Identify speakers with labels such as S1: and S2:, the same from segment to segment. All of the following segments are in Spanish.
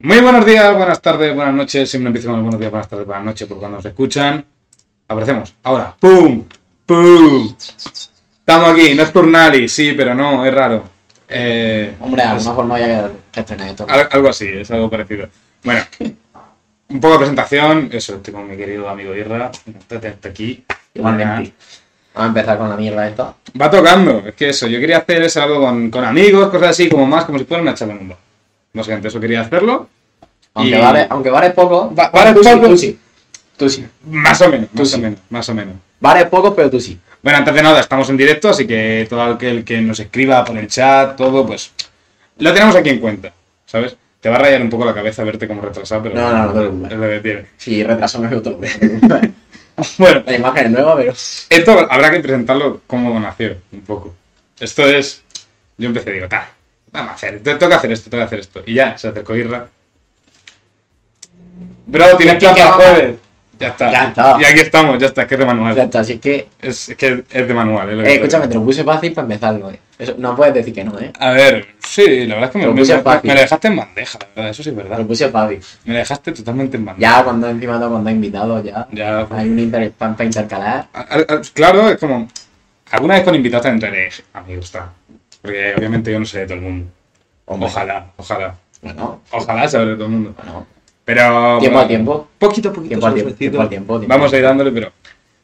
S1: Muy buenos días, buenas tardes, buenas noches. Siempre empiezo con los buenos días, buenas tardes, buenas noches, porque cuando nos escuchan, aparecemos. Ahora, ¡pum! ¡pum! Estamos aquí, no es por Nari, sí, pero no, es raro. Eh,
S2: Hombre, a lo mejor no haya que estrenar esto.
S1: al- algo así, es algo parecido. Bueno, un poco de presentación. Eso, estoy con mi querido amigo Irra. Estate hasta aquí.
S2: Igualmente. Vamos a empezar con la mierda esta.
S1: Va tocando, es que eso, yo quería hacer eso algo con, con amigos, cosas así, como más, como si fuera una charla de mundo. No sé, antes eso quería hacerlo.
S2: Aunque,
S1: Y-
S2: vale, aunque vale poco.
S1: Va- vale
S2: tú sí,
S1: poco.
S2: tú sí. Tú sí.
S1: Más o menos,
S2: Tú
S1: más o
S2: sí.
S1: menos, más o menos.
S2: Vale poco, pero tú sí.
S1: Bueno, antes de nada, estamos en directo, así que todo aquel que nos escriba por el chat, todo, pues lo tenemos aquí en cuenta, ¿sabes? Te va a rayar un poco la cabeza verte como retrasado, pero
S2: No, no, no te preocupes.
S1: es lo que tiene.
S2: Sí, retraso no es otro. la
S1: Bueno,
S2: imagen es nueva, pero.
S1: esto habrá que presentarlo como nació, un poco. Esto es, yo empecé, digo, ta, vamos a hacer, te toca hacer esto, toca hacer esto. Y ya, se acercó Irra. Bro, tienes
S2: ¿Qué- qué
S1: plaza
S2: vamos a-
S1: jueves. Ya está.
S2: Ya está.
S1: Y aquí estamos, ya está, que es de manual.
S2: Ya está, así que.
S1: Es, es que es de manual. es lo que
S2: Eh,
S1: te-
S2: escúchame, te lo puse fácil para empezarlo, eh. Eso, no puedes decir que no, eh.
S1: A ver, sí, la verdad es que me,
S2: Lo
S1: me-
S2: puse
S1: me-
S2: fácil.
S1: me lo dejaste en bandeja, la verdad, eso sí es
S2: Te lo
S1: verdad.
S2: puse fácil.
S1: Me lo dejaste totalmente en bandeja.
S2: Ya cuando encima no, cuando he invitado, ya.
S1: Ya.
S2: Hay un inter pan para intercalar.
S1: A- a- a- claro, es como. Alguna vez con invitados entraré, a mí gusta. Porque obviamente yo no sé de todo el mundo.
S2: Hombre.
S1: Ojalá, ojalá.
S2: Bueno,
S1: Ojalá saber de todo el mundo.
S2: bueno.
S1: Pero.
S2: Tiempo
S1: bueno,
S2: a tiempo.
S1: Poquito a poquito.
S2: Tiempo al
S1: se
S2: tiempo,
S1: los decido.
S2: tiempo al tiempo, tiempo
S1: Vamos a ir
S2: al
S1: dándole, pero.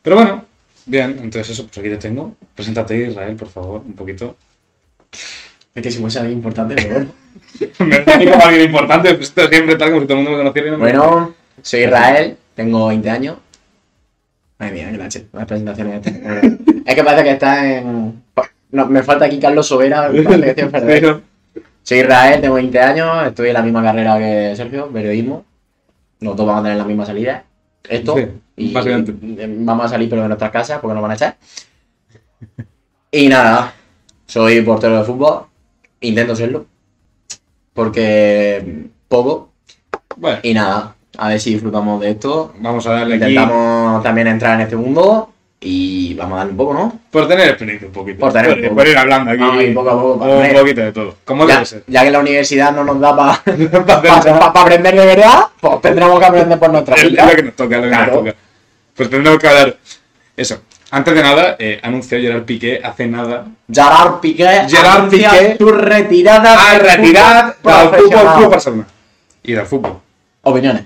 S1: Pero bueno, bien, entonces eso, pues aquí te tengo. Preséntate, Israel, por favor, un poquito.
S2: Es que si fuese algo importante, pero bueno.
S1: Me parece como alguien importante, pues esto siempre tal como si todo el mundo me conociera. y no me-
S2: Bueno, soy Israel, tengo 20 años. Madre mía, qué lache, las presentaciones. este, es que parece que está en. pues, No, me falta aquí Carlos Sobera. parece que estoy en Ferrer.
S1: Pero-
S2: soy Israel, tengo 20 años, estoy en la misma carrera que Sergio, periodismo. Los dos vamos a tener la misma salida. Esto.
S1: Sí,
S2: y,
S1: básicamente.
S2: y vamos a salir, pero de nuestras casas, porque nos van a echar. Y nada, soy portero de fútbol. Intento serlo. Porque poco,
S1: Bueno,
S2: y nada, a ver si disfrutamos de esto.
S1: vamos a darle aquí
S2: Intentamos también entrar en este mundo y vamos a darle un poco, ¿no?
S1: por tener experiencia un poquito.
S2: Por tener un
S1: por,
S2: poco.
S1: ir hablando aquí.
S2: Vamos a ir poco a poco.
S1: un
S2: Hombre,
S1: poquito de todo. ¿Cómo
S2: ya,
S1: debe ser?
S2: ya que la universidad no nos da para
S1: Entonces,
S2: aprender de verdad, pues tendremos que aprender por nuestra
S1: es, es
S2: cuenta.
S1: lo que nos toca, es lo que
S2: Claro.
S1: nos toca. Pues tendremos que hablar. Eso. Antes de nada, eh, anunció Gerard Piqué hace nada.
S2: Gerard Piqué,
S1: Gerard
S2: anuncia
S1: Piqué.
S2: tu retirada
S1: A
S2: del
S1: retirar del
S2: fútbol
S1: fútbol
S2: Ah, profesional.
S1: Club Barcelona. Y del fútbol.
S2: Opiniones.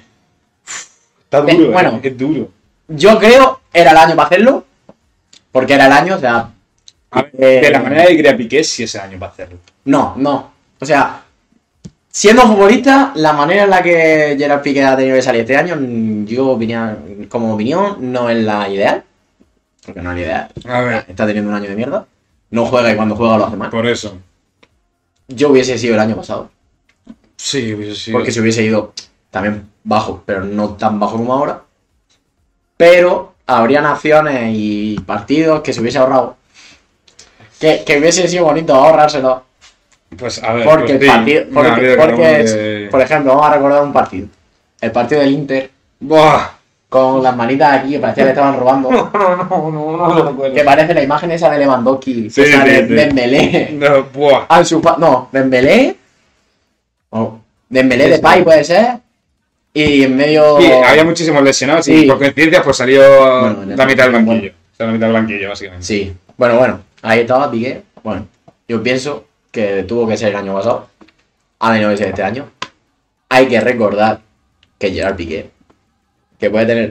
S1: Está
S2: Eh,
S1: duro, eh,
S2: bueno.
S1: es duro.
S2: Yo creo era el año para hacerlo, porque era el año, o sea,
S1: A ver,
S2: Eh,
S1: de la manera que crea Piqué, sí ese año va a hacerlo.
S2: No, no. O sea, siendo futbolista, la manera en la que Gerard Piqué ha tenido que salir este año, mm, yo opinión, como opinión, no es la ideal. Porque no es la ideal.
S1: A ver,
S2: Está teniendo un año de mierda. No juega y cuando juega lo hace mal.
S1: por eso.
S2: Yo hubiese sido el año pasado.
S1: Sí, hubiese sido.
S2: Porque si hubiese ido también bajo, pero no tan bajo como ahora. Pero habría naciones y partidos que se hubiese ahorrado. Que, que hubiese sido bonito ahorrárselo.
S1: Pues a ver.
S2: Porque el
S1: pues sí,
S2: partido.
S1: no, ha
S2: Porque,
S1: habido
S2: porque
S1: carrón
S2: es-
S1: de-
S2: por ejemplo, vamos a recordar un partido. El partido del Inter,
S1: Buah.
S2: con las manitas aquí, que parecía que le estaban robando.
S1: No, no, no, no lo recuerdo.
S2: que parece la imagen esa de Lewandowski. que
S1: Sí,
S2: sale
S1: sí, sí.
S2: Dembélé.
S1: No, buah.
S2: Ansu Pa- no, Dembélé. o Dembélé
S1: Sí,
S2: de
S1: sí.
S2: Pai puede ser. Y en medio.
S1: Sí, había muchísimos lesionados y
S2: Oh. Sí.
S1: por coincidencia pues salió
S2: Bueno, en
S1: la
S2: el-
S1: mitad del
S2: bueno.
S1: banquillo. O sea, la mitad del banquillo, básicamente.
S2: Sí. Bueno, bueno. Ahí estaba Piqué. Bueno, yo pienso que tuvo que ser el año pasado. A menos que sea este año. Hay que recordar que Gerard Piqué, que puede tener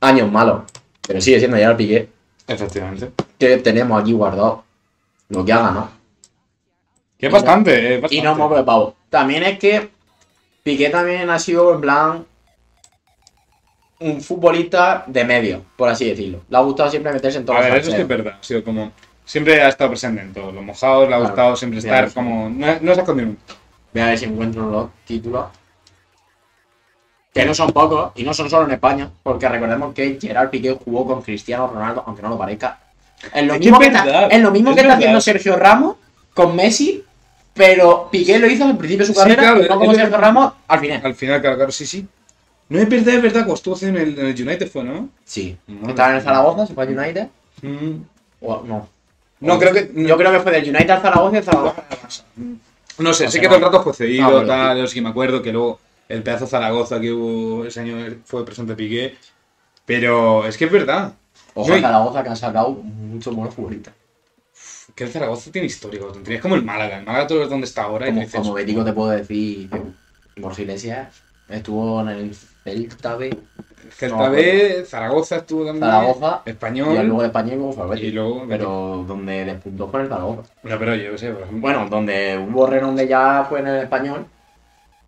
S2: años malos, pero sigue siendo Gerard Piqué,
S1: Efectivamente.
S2: que tenemos aquí guardado lo que ha ganado.
S1: Que es
S2: Y no-
S1: bastante, eh,
S2: Y no
S1: bastante.
S2: moco de pavo. También es que Piqué también ha sido, en plan, un futbolista de medio, por así decirlo. Le ha gustado siempre meterse en
S1: A
S2: todas
S1: ver,
S2: las
S1: eso sí es verdad. Ha sido como... Siempre ha estado presente en todo. Los mojados le ha
S2: Claro.
S1: gustado siempre
S2: Sí,
S1: estar
S2: sí.
S1: como... No, no se ha escondido nunca.
S2: Voy a ver si encuentro los títulos. Que no son pocos, y no son solo en España, porque recordemos que Gerard Piqué jugó con Cristiano Ronaldo, aunque no lo parezca. Es lo
S1: Es que
S2: mismo,
S1: es
S2: que, está-
S1: verdad,
S2: es lo mismo
S1: es
S2: que está
S1: verdad.
S2: haciendo Sergio Ramos con Messi, pero Piqué lo hizo al principio de su
S1: Sí,
S2: carrera,
S1: claro,
S2: y no
S1: es
S2: como
S1: verdad.
S2: Sergio Ramos al final.
S1: Al final, claro, claro, sí, sí. No es verdad, es verdad, como estuvo haciendo en el, en el United fue, ¿no?
S2: Sí.
S1: Madre
S2: Estaba en el
S1: mía.
S2: Zaragoza, se fue al United.
S1: Mm.
S2: O- no.
S1: No, creo que...
S2: Yo creo que fue del United al Zaragoza y del Zaragoza al Barça.
S1: No sé,
S2: No
S1: sé
S2: sé,
S1: que
S2: no.
S1: todo el rato fue
S2: Ah,
S1: cedido,
S2: bueno,
S1: tal, yo sí que me acuerdo que luego el pedazo Zaragoza que hubo ese año fue presente Piqué. Pero es que es verdad.
S2: Ojo a
S1: Yo-
S2: Zaragoza que han sacado muchos buenos futbolistas.
S1: que el Zaragoza tiene histórico. Tenías como el Málaga. El Málaga tú lo ves donde está ahora. y
S2: Como,
S1: dices,
S2: como Bético te puedo decir que por Silesia estuvo en el Celta B,
S1: Celta
S2: no,
S1: B, Zaragoza estuvo también.
S2: Zaragoza, y
S1: Español.
S2: luego el español como fue al Betis.
S1: eh. Y luego.
S2: Pero donde despuntó fue en el Zaragoza.
S1: No, pero yo qué sé, por ejemplo.
S2: Bueno, donde hubo renombre ya fue en el español,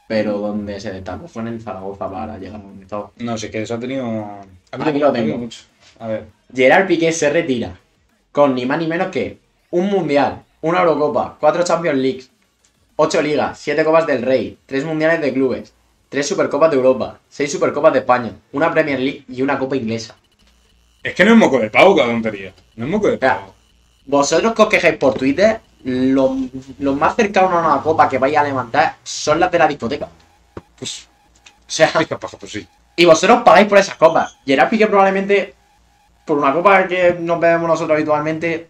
S2: pero donde se destacó fue en el Zaragoza para llegar a donde estaba.
S1: No sé, que eso ha tenido. ha habido-
S2: Aquí lo
S1: ha habido
S2: tengo.
S1: mucho. A ver.
S2: Gerard Piqué se retira con ni más ni menos que un Mundial, una Eurocopa, cuatro Champions League, ocho Ligas, siete Copas del Rey, tres Mundiales de Clubes, tres Supercopas de Europa, seis Supercopas de España, una Premier League y una Copa Inglesa.
S1: Es que no es moco de pavo, cada tontería. No es moco de
S2: Espera.
S1: pavo.
S2: Vosotros que os quejéis por Twitter, los los más cercanos a una copa que vais a levantar son las de la discoteca.
S1: Pues,
S2: O sea,
S1: es capaz, pues sí.
S2: Y vosotros pagáis por esas copas. Gerard Piqué probablemente, por una copa que nos bebemos nosotros habitualmente,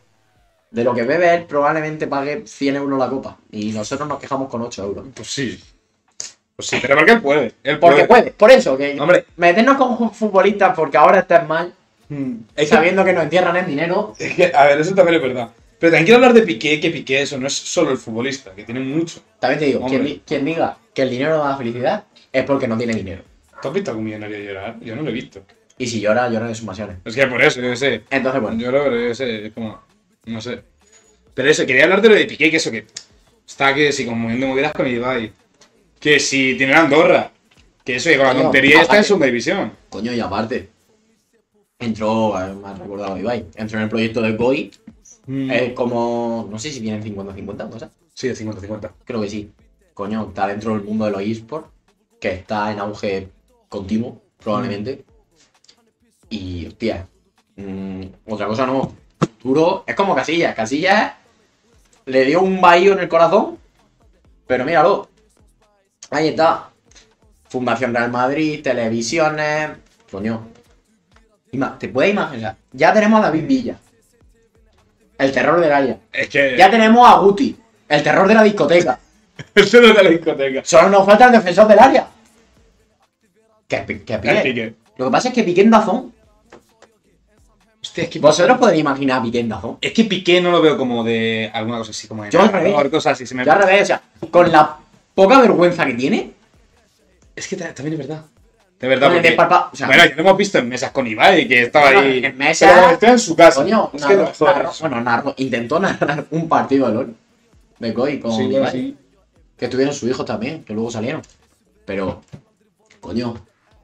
S2: de lo que bebe él, probablemente pague 100 euros la copa. Y nosotros nos quejamos con 8 euros.
S1: Pues sí. Pues sí, pero porque él puede. Él
S2: Porque
S1: puede.
S2: puede, por eso, que
S1: Hombre.
S2: meternos con ju- futbolistas porque ahora estás mal,
S1: Mm, Es que,
S2: sabiendo que nos entierran en dinero.
S1: es que- a ver, eso también es verdad. Pero también quiero hablar de Piqué, que Piqué eso no es solo el futbolista, que tiene mucho.
S2: También te digo,
S1: Hombre.
S2: quien, di- quien diga que el dinero no da felicidad es porque no tiene dinero.
S1: ¿Tú has visto a algún millonario llorar? Yo no lo he visto.
S2: Y si llora, llora en sus pasiones.
S1: Es que por eso, yo qué sé.
S2: Entonces, bueno,
S1: Yo lo creo, yo sé, es como. No sé. Pero eso, quería hablar de lo de Piqué, que eso que. Está que si conmoviendo movidas con Ibai. Que si tiene la Andorra. Que eso, que con la
S2: Coño,
S1: tontería está en
S2: aparte-
S1: segunda división.
S2: coño, y aparte, entró, eh, me ha recordado Ibai, entró en el proyecto de Goi
S1: Mm. Eh,
S2: Es como. No sé si tienen 50-50 o cosas.
S1: Sí, de 50-50.
S2: Creo que sí. Coño, está dentro del mundo de los eSports, que está en auge continuo, probablemente. Y, hostia. mm, otra cosa no. Duro. Es como Casillas. Casillas le dio un bahío en el corazón. Pero míralo. Ahí está. Fundación Real Madrid, televisiones. Coño. Ima- ¿Te puedes imaginar? Ya tenemos a David Villa. El terror del área.
S1: Es que.
S2: Ya tenemos a Guti, el terror de la discoteca.
S1: Eso no de la discoteca.
S2: Solo nos falta el defensor del área. Que, pi- que Piqué.
S1: Es Piqué.
S2: Lo que pasa es que Piqué en Dazón.
S1: Hostia, es que.
S2: Vosotros podéis imaginar a Piqué en Dazón.
S1: Es que Piqué no lo veo como de alguna cosa así, como de
S2: Yo al
S1: narrador,
S2: revés.
S1: cosas así. Se me...
S2: Yo al revés, o sea, con la poca vergüenza que tiene,
S1: Es que ta- también es verdad. De verdad,
S2: Con el
S1: porque...
S2: despalpa- o sea-
S1: bueno, ya lo hemos visto en mesas con Ibai, que estaba
S2: Bueno,
S1: ahí.
S2: en mesas-
S1: Pero cuando estaba en su casa.
S2: coño,
S1: es que no,
S2: narró-
S1: joder.
S2: narró- bueno, narró- intentó narrar un partido de LOL de Koi con
S1: Sí, bueno,
S2: Ibai,
S1: sí.
S2: que tuvieron sus hijos también, que luego salieron. Pero, coño,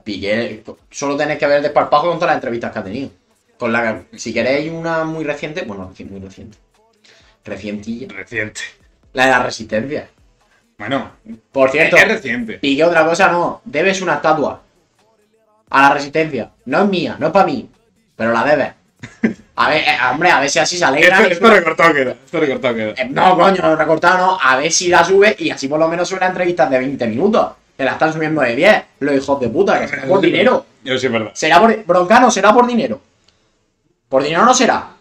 S2: Piqué, solo tenéis que ver el desparpajo con todas las entrevistas que ha tenido. Con la, si queréis una muy reciente, bueno, reci- muy reciente. Recientilla.
S1: Reciente.
S2: La de la resistencia.
S1: Bueno,
S2: Por cierto,
S1: es reciente.
S2: Piqué otra cosa no. Debes una estatua. A la resistencia. No es mía, no es para mí. Pero la debes. A ver, eh, hombre, a ver si así se alegra.
S1: Esto, esto recortado queda. Esto recortado queda.
S2: Eh, No, coño, recortado no. A ver si la sube y así por lo menos sube una entrevista de 20 minutos. Te la están subiendo de 10. Los hijos de puta, que será por dinero.
S1: Yo sí, es verdad.
S2: Será por. Bronca no será por dinero. Por dinero no será.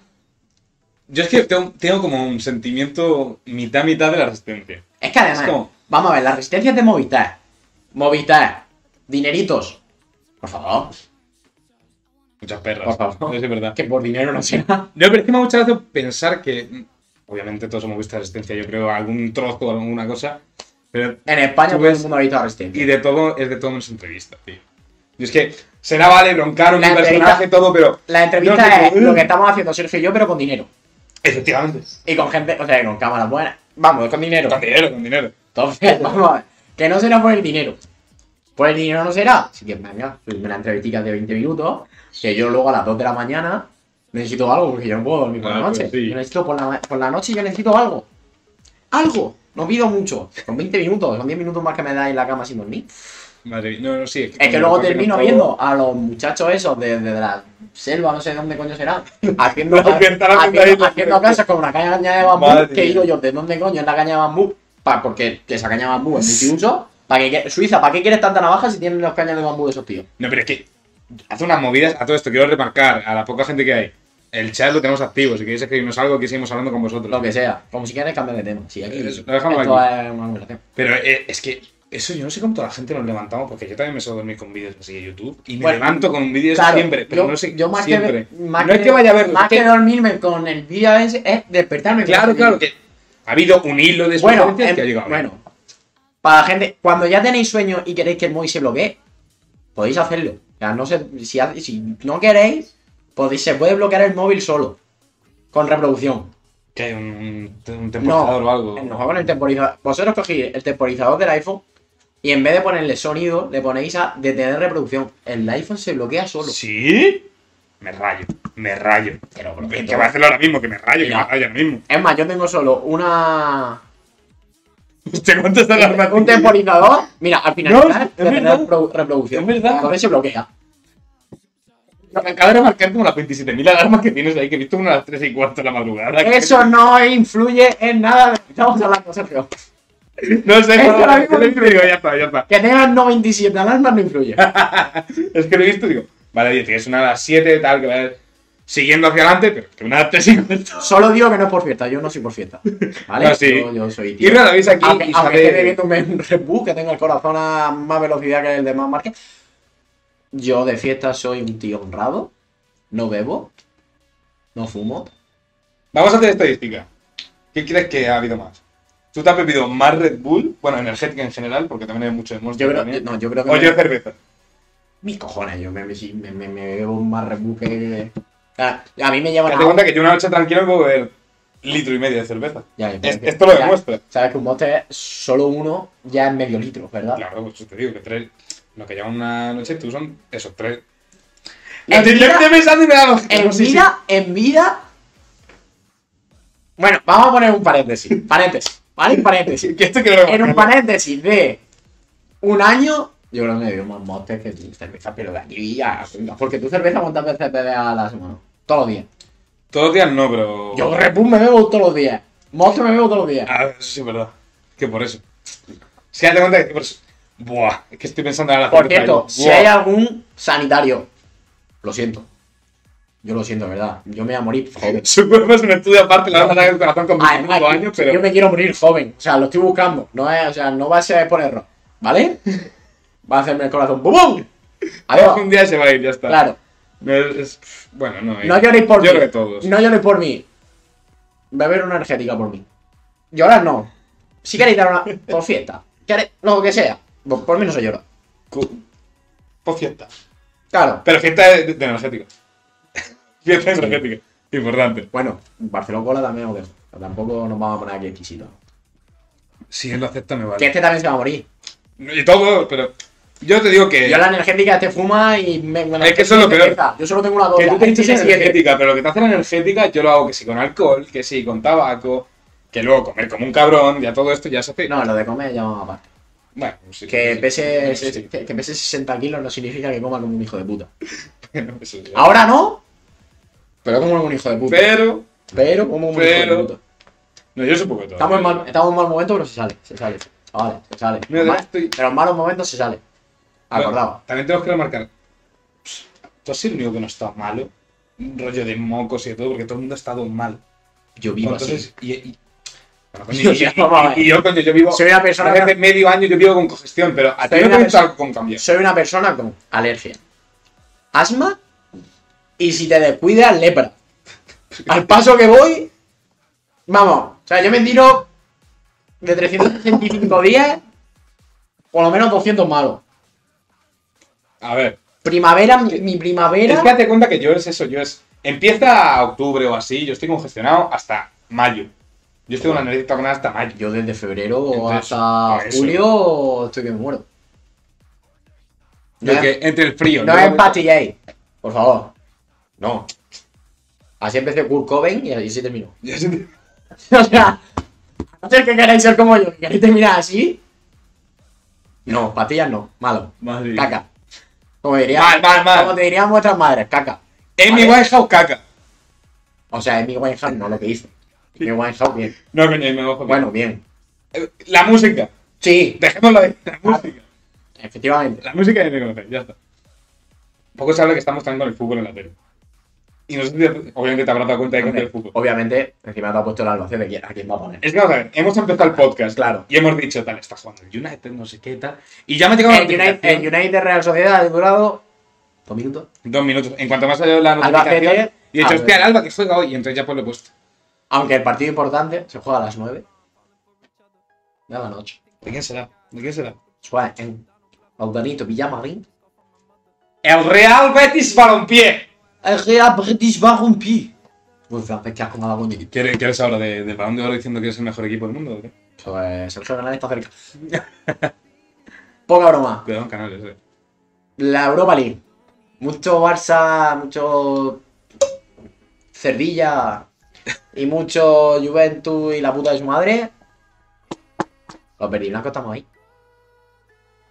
S1: Yo es que tengo, tengo como un sentimiento mitad-mitad de la resistencia.
S2: Es que además,
S1: Es como-
S2: vamos a ver, la resistencia es de Movistar. Movistar, dineritos. Por favor,
S1: Muchas perras.
S2: Por favor.
S1: Yo sí, es verdad.
S2: que por dinero no será.
S1: No, pero es que me ha muchas veces pensar que. mm, Obviamente todos hemos visto la resistencia, yo creo, algún trozo o alguna cosa. Pero.
S2: En España
S1: Tú
S2: todo el
S1: ves-
S2: mundo ha visto la resistencia.
S1: Y de todo, es de todo menos entrevista, tío. Y es que. Será vale broncar un
S2: La
S1: personaje y
S2: entrevista-
S1: todo, pero.
S2: La entrevista
S1: No,
S2: es
S1: no, no.
S2: lo que estamos haciendo Sergio y yo, pero con dinero.
S1: Efectivamente.
S2: Y con gente, o sea, con cámaras buenas. Vamos, con dinero.
S1: Con dinero, con dinero.
S2: Entonces, vamos a ver. Que no será por el dinero. Por el dinero no será. Así que, venga, una entrevista de 20 minutos. Que yo luego a las 2 de la mañana necesito algo, porque yo no puedo dormir por
S1: Ah,
S2: la
S1: pues
S2: noche.
S1: sí.
S2: Yo necesito por la, por la noche, yo necesito algo. Algo. No pido mucho. Son 20 minutos, son 10 minutos más que me da en la cama sin dormir.
S1: Madre mía. No, no, sí.
S2: Es que
S1: cuando
S2: luego
S1: lo combinas
S2: termino
S1: todo-
S2: viendo a los muchachos esos de, de la selva, no sé dónde coño será, haciendo,
S1: La fiesta, la fiesta
S2: haciendo,
S1: ahí.
S2: haciendo casas con una caña de
S1: Madre
S2: bambú, que
S1: mía.
S2: digo yo, ¿de dónde coño es la caña de bambú? Pa- porque esa caña de bambú es multiuso. ¿Para qué quie- Suiza, ¿para qué quieres tanta navaja si tienen los cañas de bambú de esos tíos?
S1: No, pero es que hace unas movidas a todo esto. Quiero remarcar a la poca gente que hay. El chat lo tenemos activo. Si queréis escribirnos algo, que seguimos hablando con vosotros. Eh,
S2: Lo que sea, como si quieres cambiar de tema. Sí, aquí,
S1: Eso, lo dejamos
S2: esto
S1: aquí.
S2: es una conversación.
S1: Pero eh, es que Eso yo no sé cómo toda la gente nos levantamos, porque yo también me suelo dormir con vídeos así de YouTube. Y me
S2: Bueno,
S1: levanto con un vídeo
S2: Claro,
S1: siempre, pero
S2: yo,
S1: no sé.
S2: yo más
S1: siempre.
S2: que más
S1: no es que vaya a ver.
S2: más que dormirme con el vídeo a veces es despertarme con
S1: Claro,
S2: el
S1: claro.
S2: vídeo.
S1: que ha habido un hilo de
S2: bueno
S1: experiencias que ha
S2: em,
S1: llegado. a ver.
S2: bueno para la gente cuando ya tenéis sueño y queréis que el móvil se bloquee podéis hacerlo O sea, no sé si, ha- si no queréis podéis se puede bloquear el móvil solo con reproducción
S1: Que hay un, un temporizador
S2: no
S1: o algo.
S2: no con el temporizador vosotros cogéis el temporizador del iPhone y en vez de ponerle sonido le ponéis a detener reproducción el iPhone se bloquea solo
S1: ¿Sí? Me rayo, me rayo.
S2: Pero, pero,
S1: Es que voy a hacerlo ahora mismo, que me rayo, que me
S2: Mira.
S1: rayo ahora mismo.
S2: es más yo tengo solo una
S1: ¿Te cuántas alarmas
S2: un
S1: tienes?
S2: temporizador. Mira, al
S1: No, es
S2: finalizar, de
S1: verdad.
S2: tener pro- reproducción.
S1: Es verdad.
S2: Entonces se bloquea.
S1: Me acabo de marcar como las 27.000 alarmas que tienes ahí, que he visto una a las 3 y cuarto de la madrugada.
S2: Eso no influye en nada de lo que estamos hablando, Sergio.
S1: No sé,
S2: Eso
S1: no,
S2: ahora
S1: no,
S2: mismo
S1: no,
S2: no
S1: digo, ya está, ya está.
S2: Que tengan 97 alarmas no influye.
S1: Es que lo he visto y digo, vale, oye, tienes una a las 7, tal, que va siguiendo hacia adelante, pero que una a las 3 y cuarto.
S2: Solo digo que no es por fiesta, yo no soy por fiesta. ¿Vale?
S1: No, Ah, sí.
S2: yo, yo soy
S1: Y
S2: tío.
S1: nada, veis aquí
S2: Aunque,
S1: y
S2: aunque esté
S1: sabe...
S2: bebiéndome un Red Bull, que tengo el corazón a más velocidad que el de más Márquez. Yo de fiesta soy un tío honrado. No bebo. No fumo.
S1: Vamos a hacer estadística. ¿Qué crees que ha habido más? ¿Tú te has bebido más Red Bull? Bueno, energética en general, porque también hay mucho de
S2: Yo
S1: monstruo.
S2: creo,
S1: también.
S2: no, yo creo que.
S1: O
S2: no-
S1: yo cerveza.
S2: Mis cojones, yo me, me, sí, me, me, me bebo un más Red Bull que. A, a mí me llevan
S1: Date cuenta que yo una noche tranquila puedo beber litro y medio de cerveza.
S2: Ya, ya,
S1: Es-
S2: ya.
S1: esto lo
S2: Ya,
S1: demuestra.
S2: Sabes que un bote es solo uno, ya es medio litro, ¿verdad?
S1: Claro, pues te digo que tres. Lo que lleva una noche tú son esos tres.
S2: En
S1: Estoy- yo
S2: vida-
S1: estoy pensando y me da los-
S2: En
S1: no, sí, sí.
S2: vida, en vida. Bueno, vamos a poner un paréntesis. Paréntesis. ¿Vale? Un
S1: Sí,
S2: Paréntesis.
S1: que esto que lo
S2: En un paréntesis de un año. Yo creo que me dio más motes que tu cerveza, pero de aquí ya. Porque tu cerveza, ¿cuántas veces bebes a la semana? Todos los días.
S1: Todos los días no, pero.
S2: Yo Red Bull me bebo todos los días. Monster me bebo todos los días.
S1: A ver, eso sí es verdad. Que por eso. Si date cuenta que por eso. Buah, es que estoy pensando ahora.
S2: Por cierto, si hay
S1: haya
S2: algún sanitario, lo siento. Yo lo siento, de ¿verdad? Yo me voy a morir joven.
S1: Su cuerpo es un estudio aparte, le va a matar el corazón con
S2: Además,
S1: 25 años, pero.
S2: Yo me quiero morir joven. O sea, lo estoy buscando. No es, o sea, no va a ser por error. ¿Vale? Va a hacerme el corazón. ¡Bum! bum! Adiós.
S1: Un día se va a ir, ya está.
S2: Claro.
S1: No, es- es- Bueno, no.
S2: No lloréis por
S1: Yo
S2: mí.
S1: creo que todos.
S2: No lloréis por mí. Beber una energética por mí. Llorar no. Si queréis dar una. Por fiesta. Queréis- Lo que sea. Por por mí no se llora.
S1: Cu- Por fiesta.
S2: Claro.
S1: Pero fiesta de, de energética. fiesta energética. Importante.
S2: Bueno, Barcelona Cola también os dejo. Pero Tampoco nos vamos a poner aquí exquisitos.
S1: Si él lo acepta, me
S2: Que
S1: vale.
S2: este también se va a morir.
S1: Y todo, pero. Yo te digo que.
S2: Yo la energética este fuma y me, me
S1: Eh. Es que eso es lo peor.
S2: Yo solo tengo una
S1: Que tú
S2: doble.
S1: te echas energética, pero lo que te hace la energética, yo lo hago que sí con alcohol, que sí con tabaco, que luego comer como un cabrón, ya todo esto ya se hace.
S2: No, lo de comer ya vamos aparte.
S1: Bueno, sí,
S2: Que
S1: sí,
S2: pese,
S1: sí, sí.
S2: que pese 60 kilos no significa que coma como un hijo de puta.
S1: Bueno, eso sí.
S2: Ahora no, pero como un hijo de puta.
S1: Pero.
S2: Pero como un hijo
S1: pero-
S2: de puta.
S1: No, yo supongo que todo.
S2: Estamos en, mal, estamos en mal momento, pero se sale, se sale. Vale, se sale.
S1: Mira,
S2: Mal-
S1: estoy-
S2: De los malos momentos se sale.
S1: Bueno,
S2: Acordado.
S1: También tenemos que remarcar. Tú has sido el único que no ha estado malo. Un rollo de mocos y de todo, porque todo el mundo ha estado mal.
S2: Yo vivo así.
S1: Entonces, y, y- bueno, coño,
S2: Yo
S1: y-
S2: ya, mamá,
S1: y- y yo, coño, yo vivo.
S2: Soy una persona
S1: Hace medio año yo vivo con congestión, pero a ti
S2: Soy
S1: no te
S2: una
S1: ha
S2: persona-
S1: gustado con cambiar.
S2: Soy una persona con alergia, asma y si te descuidas, lepra. Al paso que voy, vamos, o sea, yo me tiro de 365 días, por lo menos 200 malos.
S1: A ver.
S2: Primavera, mi, mi primavera.
S1: Es que date cuenta que yo es eso, yo es. Empieza octubre o así, yo estoy congestionado hasta mayo. Yo estoy con la nariz taconada hasta mayo.
S2: Yo desde febrero
S1: Entonces,
S2: hasta
S1: por eso.
S2: julio estoy que me muero. No,
S1: Yo que
S2: es-
S1: entre el frío.
S2: no
S1: yo-
S2: es pastilléis, por favor. No. Así empecé Kurt Cobain y así terminó.
S1: Yo siento-
S2: O sea, a no ser que queráis ser como yo, que queréis terminar así. No, patillas no, malo.
S1: Madre mía.
S2: Caca. Como diría,
S1: Mal, mal, mal.
S2: Como te dirían vuestras madres, caca.
S1: Amy
S2: Vale.
S1: Winehouse caca.
S2: O sea, Amy Winehouse no lo que hizo. Amy Winehouse, bien.
S1: No, coño, Amy Winehouse.
S2: Bueno, bien.
S1: Eh, La música.
S2: Sí,
S1: Dejémoslo ahí. La música.
S2: efectivamente.
S1: La música ya me conoce, ya está. Poco se habla que estamos también con el fútbol en la tele. Y no sé si te- obviamente te habrás dado cuenta de que es del fútbol.
S2: Obviamente, encima te ha puesto el albacete. ¿quién- ¿A quién va a poner?
S1: Es que vamos a ver, hemos empezado el podcast
S2: Claro.
S1: y hemos dicho, tal, está jugando el United, no sé qué, tal. Y ya me ha llegado la
S2: El United,
S1: notificación.
S2: el United Real Sociedad ha durado dos minutos.
S1: Dos minutos. En cuanto más salió la
S2: Albacete,
S1: notificación, y he dicho,
S2: Albacete.
S1: hostia, el Alba que juega hoy. Y entonces ya pues lo he puesto.
S2: Aunque el partido importante se juega a las nueve de la noche.
S1: ¿De quién será? ¿De quién será?
S2: Suárez en Albanito Villamarín.
S1: El Real Betis Balompié.
S2: El Real Eh, British va rompí. Pues francés que has con algo bonito.
S1: ¿Quieres, quieres ahora de- del balón de oro diciendo que es el mejor equipo del mundo? o qué?
S2: Pues Sergio Canales está cerca. Poca broma.
S1: Cuidado, canales, eh.
S2: La Europa League. Mucho Barça, mucho Cerdilla y mucho Juventus y la puta de su madre. Los verdiblancos estamos ahí.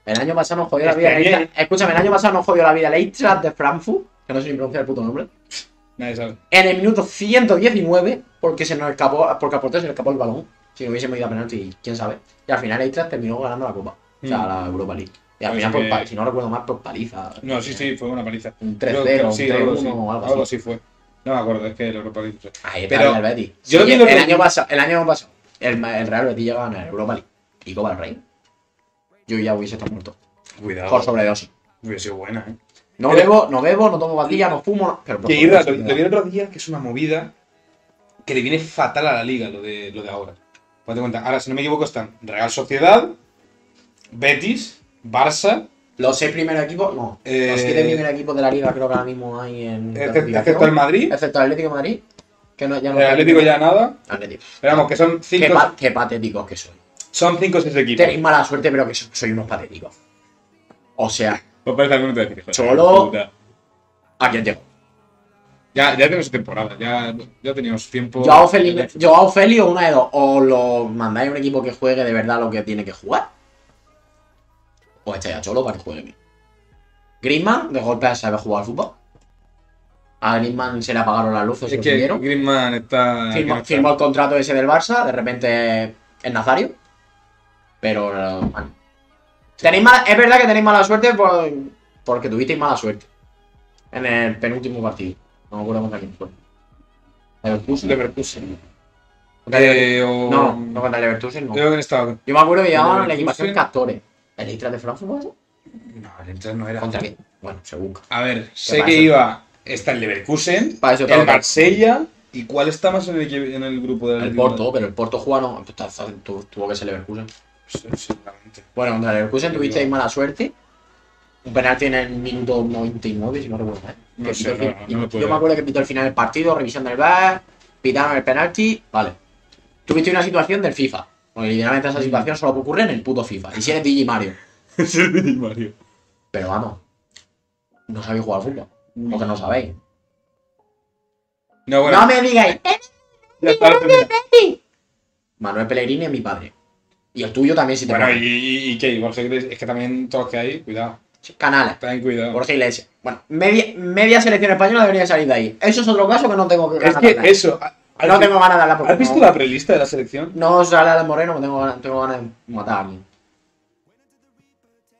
S2: El año pasado nos jodió la
S1: Este
S2: vida. el
S1: año-
S2: Eintracht- Escúchame, el año pasado nos jodió la vida el Eintracht de Frankfurt, que no sé ni pronunciar el puto nombre.
S1: Nadie sabe.
S2: En el minuto 119, porque se nos escapó, porque a Portero se le escapó el balón. Si no hubiésemos ido a penalti, quién sabe. Y al final Eintracht terminó ganando la Copa. O sea,
S1: Mm.
S2: la Europa League. Y al
S1: Así
S2: final, por
S1: que-
S2: pa- si no recuerdo mal, por paliza.
S1: No, sí, sí, fue una paliza.
S2: Un
S1: Creo
S2: 3-0,
S1: que
S2: un
S1: sí, algo
S2: 3-1
S1: así.
S2: o algo así.
S1: Algo así fue. No me acuerdo, es que el Europa League. no sé.
S2: Ahí está
S1: Pero
S2: el Real Betis.
S1: yo
S2: Oye,
S1: vi lo
S2: el,
S1: que-
S2: año pasado, el año pasado, el, ma- el Real Betis llegaba a ganar Europa League y Copa del Rey. Yo ya hubiese estado muerto.
S1: Cuidado.
S2: Por sobredosis.
S1: Hubiera sido buena, ¿eh?
S2: No
S1: Pero-
S2: bebo, no bebo, no tomo batilla, no fumo. no- Pero por
S1: Que Irra, lo,
S2: sobredosis,
S1: lo vi el otro día, que es una movida que le viene fatal a la liga lo de, lo de ahora. Ponte cuenta, ahora si no me equivoco están Real Sociedad, Betis, Barça,
S2: Los seis primeros equipos, no.
S1: Eh,
S2: Los siete primeros equipos de la liga creo que ahora mismo hay en.
S1: exce-
S2: clasificación.
S1: excepto el Madrid,
S2: Excepto el Atlético de Madrid. Que no, ya no
S1: el Atlético ya nada.
S2: Atlético.
S1: Esperamos que son
S2: Qué,
S1: cinco,
S2: pa- qué patéticos que soy.
S1: son cinco o seis equipos.
S2: Tenéis mala suerte, pero que so- soy unos patéticos. O sea,
S1: Pues parece algún momento de decir, joder,
S2: Cholo.
S1: puta.
S2: ¿a quién llego?
S1: Ya, ya tenemos temporada, ya, ya teníamos tiempo.
S2: Joao Félix, Joao Félix o una de dos. O lo mandáis a un equipo que juegue de verdad lo que tiene que jugar. O estáis a Cholo para que juegue bien. Griezmann, de golpe sabe jugar al fútbol. A Griezmann se le apagaron las luces y
S1: Es
S2: lo
S1: que
S2: pidieron.
S1: Griezmann está... que Ah, no
S2: Firmó,
S1: está.
S2: firmó el contrato ese del Barça, de repente es Nazario. Pero, eh, bueno. Tenéis mala- es verdad que tenéis mala suerte por- porque tuvisteis mala suerte. En el penúltimo partido. No me acuerdo contra quién fue. Leverkusen.
S1: Leverkusen.
S2: Contra Leverkusen.
S1: Eh, o...
S2: No, no contra Leverkusen, mm, no.
S1: Creo que estaba...
S2: Yo me acuerdo que llevaban la
S1: Leverkusen.
S2: equipación Castores. ¿El Eintracht de Frankfurt fue eso?
S1: No, el entonces no era...
S2: ¿Contra quién? Bueno, se busca.
S1: A ver, sé
S2: pasa?
S1: que iba. Está el Leverkusen,
S2: Para eso
S1: el
S2: tengo que-
S1: Marsella. ¿Y cuál está más en el, equi- en el grupo del
S2: El
S1: Atlético
S2: Porto, pero el Porto jugaron. Tuvo tuvo que ser Leverkusen.
S1: de Madrid? Sí, seguramente.
S2: Bueno, contra el Leverkusen tuvisteis mala suerte. Un penalti en el minuto 99, si no recuerdo mal.
S1: No
S2: Que
S1: sé,
S2: pitó el
S1: no,
S2: fin-
S1: no me puedo
S2: yo me
S1: dar.
S2: acuerdo que pitó el final del partido, revisión del VAR, pitaron el penalti, vale. Tuviste una situación del FIFA. Porque literalmente
S1: Mm.
S2: esa situación solo ocurre en el puto FIFA. Y si eres DJ Mario.
S1: Es el Di Mario.
S2: Pero vamos, no sabéis jugar al fútbol. Porque no sabéis.
S1: No, bueno,
S2: no me digáis, "Eh,
S1: ya está. lo terminé.
S2: Manuel Pellegrini es mi padre. Y el tuyo también, si te
S1: Bueno,
S2: pones.
S1: ¿y, y, y qué? Y Borja Iglesias, es que también todos los que hay, cuidado.
S2: Canales.
S1: Ten cuidado.
S2: Borja Iglesias. Bueno, media, media selección española debería salir de ahí. Eso es otro caso que no tengo que
S1: Es
S2: ganar
S1: que
S2: nada.
S1: eso. a- ¿Has,
S2: No
S1: vi-
S2: tengo ganas de hablar porque
S1: ¿has visto
S2: no,
S1: la prelista de la selección?
S2: no sale Alan Moreno, no tengo ganas, tengo ganas de matar a alguien.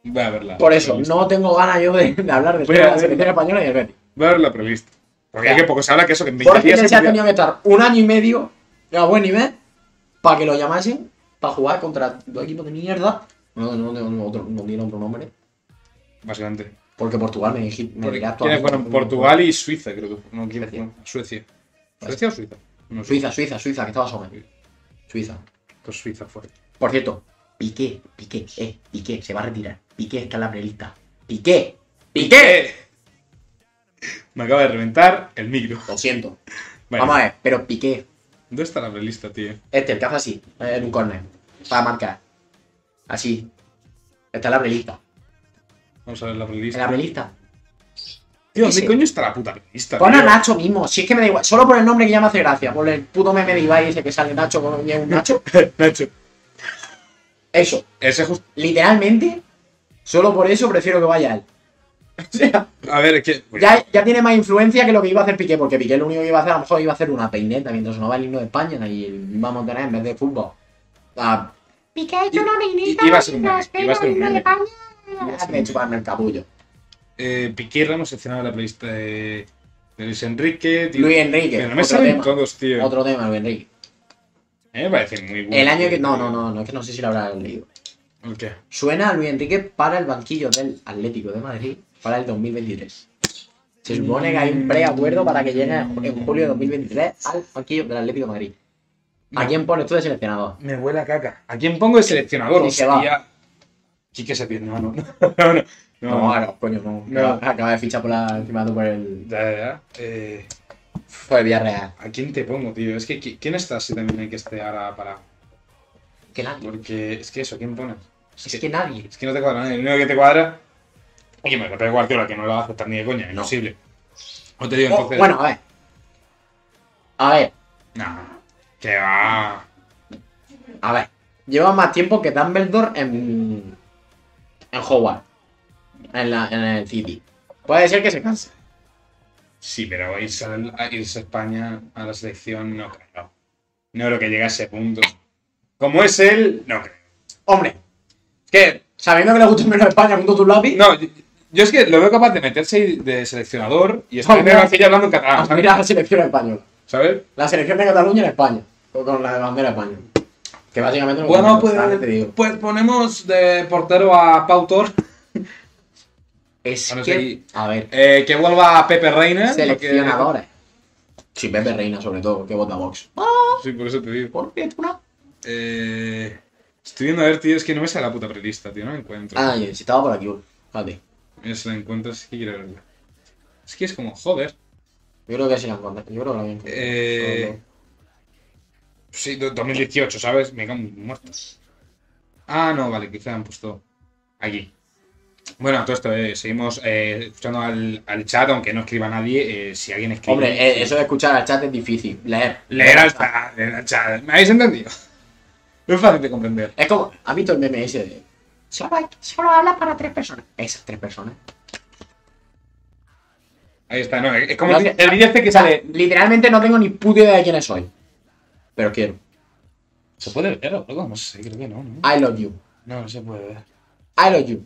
S1: Voy a verla.
S2: Por eso, no tengo ganas yo de, de hablar de
S1: Voy a
S2: la
S1: ver.
S2: selección española y el Betis.
S1: Voy a ver la prelista. Porque
S2: Ya.
S1: hay que poco se habla que eso, que en 20
S2: Porque
S1: días.
S2: él
S1: se
S2: se ha
S1: podía-
S2: tenido que estar un año y medio a buen nivel para que lo llamasen para jugar contra dos equipos de mierda. No, no, no, no, otro, no tiene otro nombre.
S1: Básicamente.
S2: Porque Portugal me dijiste. Me
S1: Porque-
S2: dirás tú a
S1: ¿Quiénes
S2: mí,
S1: fueron?
S2: no,
S1: Portugal y Suiza, creo que. fue. No, ¿quién
S2: Suecia.
S1: fue? Suecia. ¿Suecia o Suiza? No, sé.
S2: Suiza, Suiza, Suiza, que estaba sobre. Suiza.
S1: Pues Suiza fue.
S2: Por cierto, Piqué, Piqué, eh, Piqué, se va a retirar. Piqué está en la prelista. Piqué, Piqué.
S1: Me acaba de reventar el micro.
S2: Lo siento.
S1: Bueno,
S2: Vamos a ver, pero Piqué,
S1: ¿Dónde está la prelista, tío?
S2: este, el que hace así, en un corner, para marcar. Así. Está en la prelista.
S1: Vamos a ver la
S2: En
S1: prelista.
S2: la prelista.
S1: Tío, ¿dónde
S2: sí.
S1: coño está la puta prelista?
S2: Pon a
S1: tío?
S2: Nacho mismo, si es que me da igual. Solo por el nombre que ya me hace gracia. Por el puto meme de Ibai ese que sale Nacho con y es un Nacho.
S1: Nacho.
S2: Eso.
S1: Ese justo.
S2: Literalmente, solo por eso prefiero que vaya él. O sea,
S1: A ver, es que. pues,
S2: ya, ya tiene más influencia que lo que iba a hacer Piqué, porque Piqué lo único que iba a hacer, a lo mejor iba a hacer una peineta mientras sonaba el himno de España y vamos a tener en vez de fútbol. Ah, a-
S3: Piqué ha hecho una
S1: I-
S3: vainita.
S1: iba a ser un meme,
S3: nos pega
S1: iba a ser un
S3: y no
S1: meme.
S3: le paga.
S2: a chuparme el capullo.
S1: Eh, Piqué Ramos seccionaba la prelista de, de Luis Enrique. tío.
S2: Luis Enrique.
S1: Pero no me
S2: otro
S1: salen
S2: tema.
S1: todos, tío.
S2: Otro tema, Luis Enrique.
S1: A mí me parece muy bueno.
S2: El año que.
S1: tío.
S2: No, no, no, no, es que no sé si lo habrán leído.
S1: ¿El qué?
S2: Suena a Luis Enrique para el banquillo del Atlético de Madrid para el 2023. Se supone que hay un preacuerdo para que llegue en julio de 2023 al banquillo del Atlético de Madrid. ¿A quién pones tú de seleccionador?
S1: Me huele a caca. ¿A quién pongo de seleccionador?
S2: Sí, que va.
S1: Hostia. Quique se pierde. No, no. No, no.
S2: No,
S1: no.
S2: ahora, coño, no.
S1: No.
S2: Acaba de fichar por la, encima tú por el,
S1: Ya, ya, ya. Eh,
S2: por el Villarreal.
S1: ¿A quién te pongo, tío? Es que qui- ¿quién está si también hay que estar ahora para...?
S2: Que nadie.
S1: Porque es que eso, ¿quién pones? Es,
S2: Es
S1: que,
S2: que nadie.
S1: es que no te cuadra nadie. El único que te cuadra... Oye, me lo pega Guardiola, que no lo va a aceptar ni de coña.
S2: No.
S1: Imposible. No te digo,
S2: Oh,
S1: entonces...
S2: bueno, a ver. A ver,
S1: Nah. Que va...
S2: a ver. Lleva más tiempo que Dumbledore en. en Howard. En, la, en el City. Puede ser que se canse.
S1: Sí, pero irse al- a, irse a España a la selección no creo. No creo que llegue a ese punto. Como es él, no creo.
S2: Hombre,
S1: ¿Qué?
S2: sabiendo que le gusta menos España, junto tu lápiz.
S1: No, yo, yo es que lo veo capaz de meterse ahí de seleccionador y estar en
S2: Hombre.
S1: la silla hablando en catalán, ¿sabes?
S2: Mira la selección española.
S1: ¿sabes?
S2: La selección de Cataluña en España. o Con la de bandera española. Que básicamente no
S1: Bueno,
S2: pues, te
S1: pues,
S2: digo.
S1: pues ponemos de portero a Pautor.
S2: Es
S1: bueno,
S2: que.
S1: sí.
S2: A ver,
S1: Eh, que vuelva Pepe Reina.
S2: seleccionadores. Sí, Pepe Reina, sobre todo, que vota Vox. Ah,
S1: porque- Sí, por eso te digo.
S2: ¿Por qué tú no?
S1: Eh, estoy viendo a ver, tío, es que no me sale la puta prelista, tío, no la encuentro.
S2: Ah, yo, si estaba por aquí, fíjate.
S1: Es la encuentro, sí que quiero verla. Es que es como, joder.
S2: Yo creo que sí la encontré. Yo creo que la había encontrado.
S1: Eh, Sí, do- 2018, ¿sabes? Me cago en muertos. Ah, no, vale, quizá han puesto aquí. Bueno, a todo esto, eh, seguimos eh, escuchando al, al chat, aunque no escriba nadie. eh, si alguien escribe.
S2: Hombre, eh, eso de escuchar al chat es difícil. Leer.
S1: Leer al chat, leer al chat. ¿Me habéis entendido? No es fácil de comprender.
S2: Es como, ¿has visto el meme ese de... Solo, hay- solo habla para tres personas. Esas tres personas.
S1: Ahí está, no, es como
S2: No
S1: el
S2: te-
S1: el vídeo este que
S2: O sea,
S1: sale.
S2: literalmente no tengo ni puta idea de quiénes soy. Pero quiero.
S1: ¿Se puede ver o algo? No sé, creo que no. No,
S2: I love you.
S1: no, no se puede ver.
S2: I love you.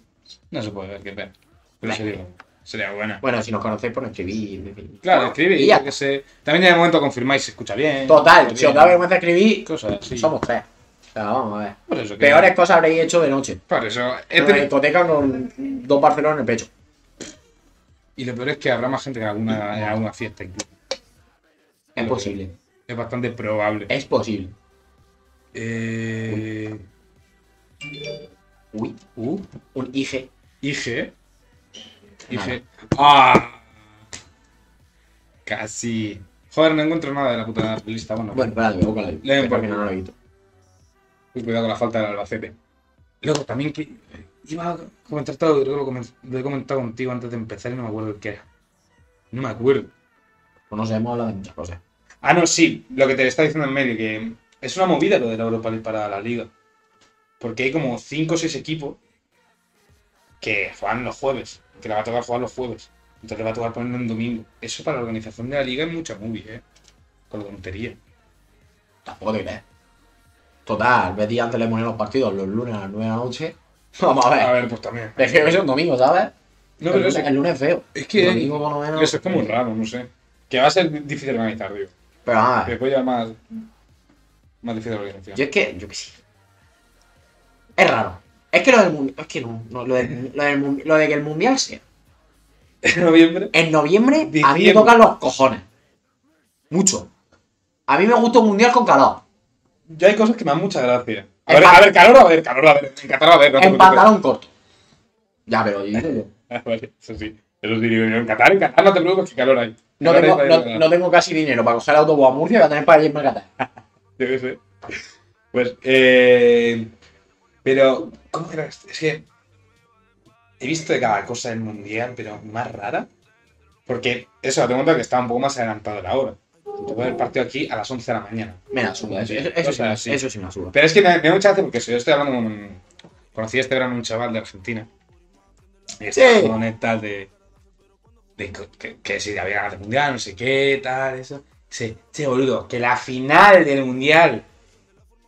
S1: No se puede ver, qué pena. Pero sería, sería buena.
S2: Bueno, si nos conocéis, por escribir. escribir.
S1: Claro, escribe
S2: Ah, Y
S1: y
S2: ya.
S1: yo que sé. También de momento confirmáis si escucha bien.
S2: Total,
S1: escucha
S2: si os
S1: bien,
S2: da vergüenza escribir,
S1: Cosas así.
S2: somos tres. O sea, vamos a ver.
S1: Por eso. que-
S2: Peores cosas habréis hecho de noche.
S1: Por eso.
S2: En
S1: este-
S2: una discoteca con dos Barcelona en el pecho.
S1: Y lo peor es que habrá más gente que en alguna, en alguna fiesta. incluso.
S2: Es posible.
S1: Es bastante probable.
S2: Es posible.
S1: Eh.
S2: Uy,
S1: Uh,
S2: un IG.
S1: IG. IG.
S2: Nada.
S1: ¡Ah! Casi. Joder, no encuentro nada de la puta lista. Bueno,
S2: Bueno, espérate, voy a buscarla ahí,
S1: Leen, por
S2: porque no
S1: favor.
S2: lo he visto.
S1: Uy, cuidado con la falta del Albacete. Luego también que eh, iba a comentar todo, creo que lo, comen- lo he comentado contigo antes de empezar y no me acuerdo qué era. No me acuerdo.
S2: Pues no sabemos hablar de muchas cosas.
S1: Ah, no, sí, lo que te está diciendo en medio, que es una movida lo de la Europa League para la liga. Porque hay como 5 o 6 equipos que juegan los jueves, que la va a tocar jugar los jueves. Entonces va a tocar ponerlo en domingo. Eso para la organización de la liga es mucha movie, ¿eh? Con la tontería.
S2: Tampoco te crees. Total, Betty antes le ponía los partidos los lunes a las 9 de la noche. Vamos a ver.
S1: A ver, pues también.
S2: Prefiero que sea un domingo,
S1: No,
S2: ¿sabes? el,
S1: pero
S2: lunes,
S1: eso,
S2: el lunes es feo.
S1: es
S2: El
S1: que
S2: domingo por lo menos. eh,
S1: eso es como raro, no sé. Que va a ser difícil organizar, digo.
S2: Pero vamos a ver.
S1: Después ya más, más difícil la organización.
S2: Yo es que, yo qué sé. Es raro. Es que lo del mundial. Es que no, no, lo, del- lo del mun- lo de que el mundial sea.
S1: En noviembre.
S2: En noviembre a mí me
S1: Diciembre.
S2: tocan los cojones. Mucho. A mí me gusta un mundial con calado.
S1: Ya hay cosas que me dan mucha gracia. A
S2: En
S1: ver,
S2: pa-
S1: a ver, calor, a ver, calor, a ver. En Qatar, a ver. no te
S2: En
S1: preocupes.
S2: pantalón corto. Ya, pero yo digo yo.
S1: Ah, vale, eso sí. Eso sí, digo yo, en Qatar, en Qatar no te preocupes que calor hay.
S2: No
S1: Calor
S2: tengo,
S1: hay para ir a
S2: no,
S1: Qatar.
S2: no tengo casi dinero para coger el autobús a Murcia y voy a tener para irme a Qatar.
S1: Yo qué sé. Pues, eh, pero, ¿cómo era esto? Es que he visto de cada cosa del mundial, pero más rara. Porque, eso, te cuenta que estaba un poco más adelantado la hora. Tuve el partido aquí a las 11 de la mañana.
S2: Me la suda, eso, eso,
S1: Sí,
S2: eso
S1: o
S2: sí,
S1: sea,
S2: me-
S1: sí.
S2: eso sí me la suda.
S1: Pero es que me, me da mucha gracia porque si yo estoy hablando con. Conocí este verano un chaval de Argentina. Y
S2: Sí.
S1: estaba con él, tal de. de co- que, que si había ganas del mundial, no sé qué, tal, eso. Sí, sí, boludo, que la final del mundial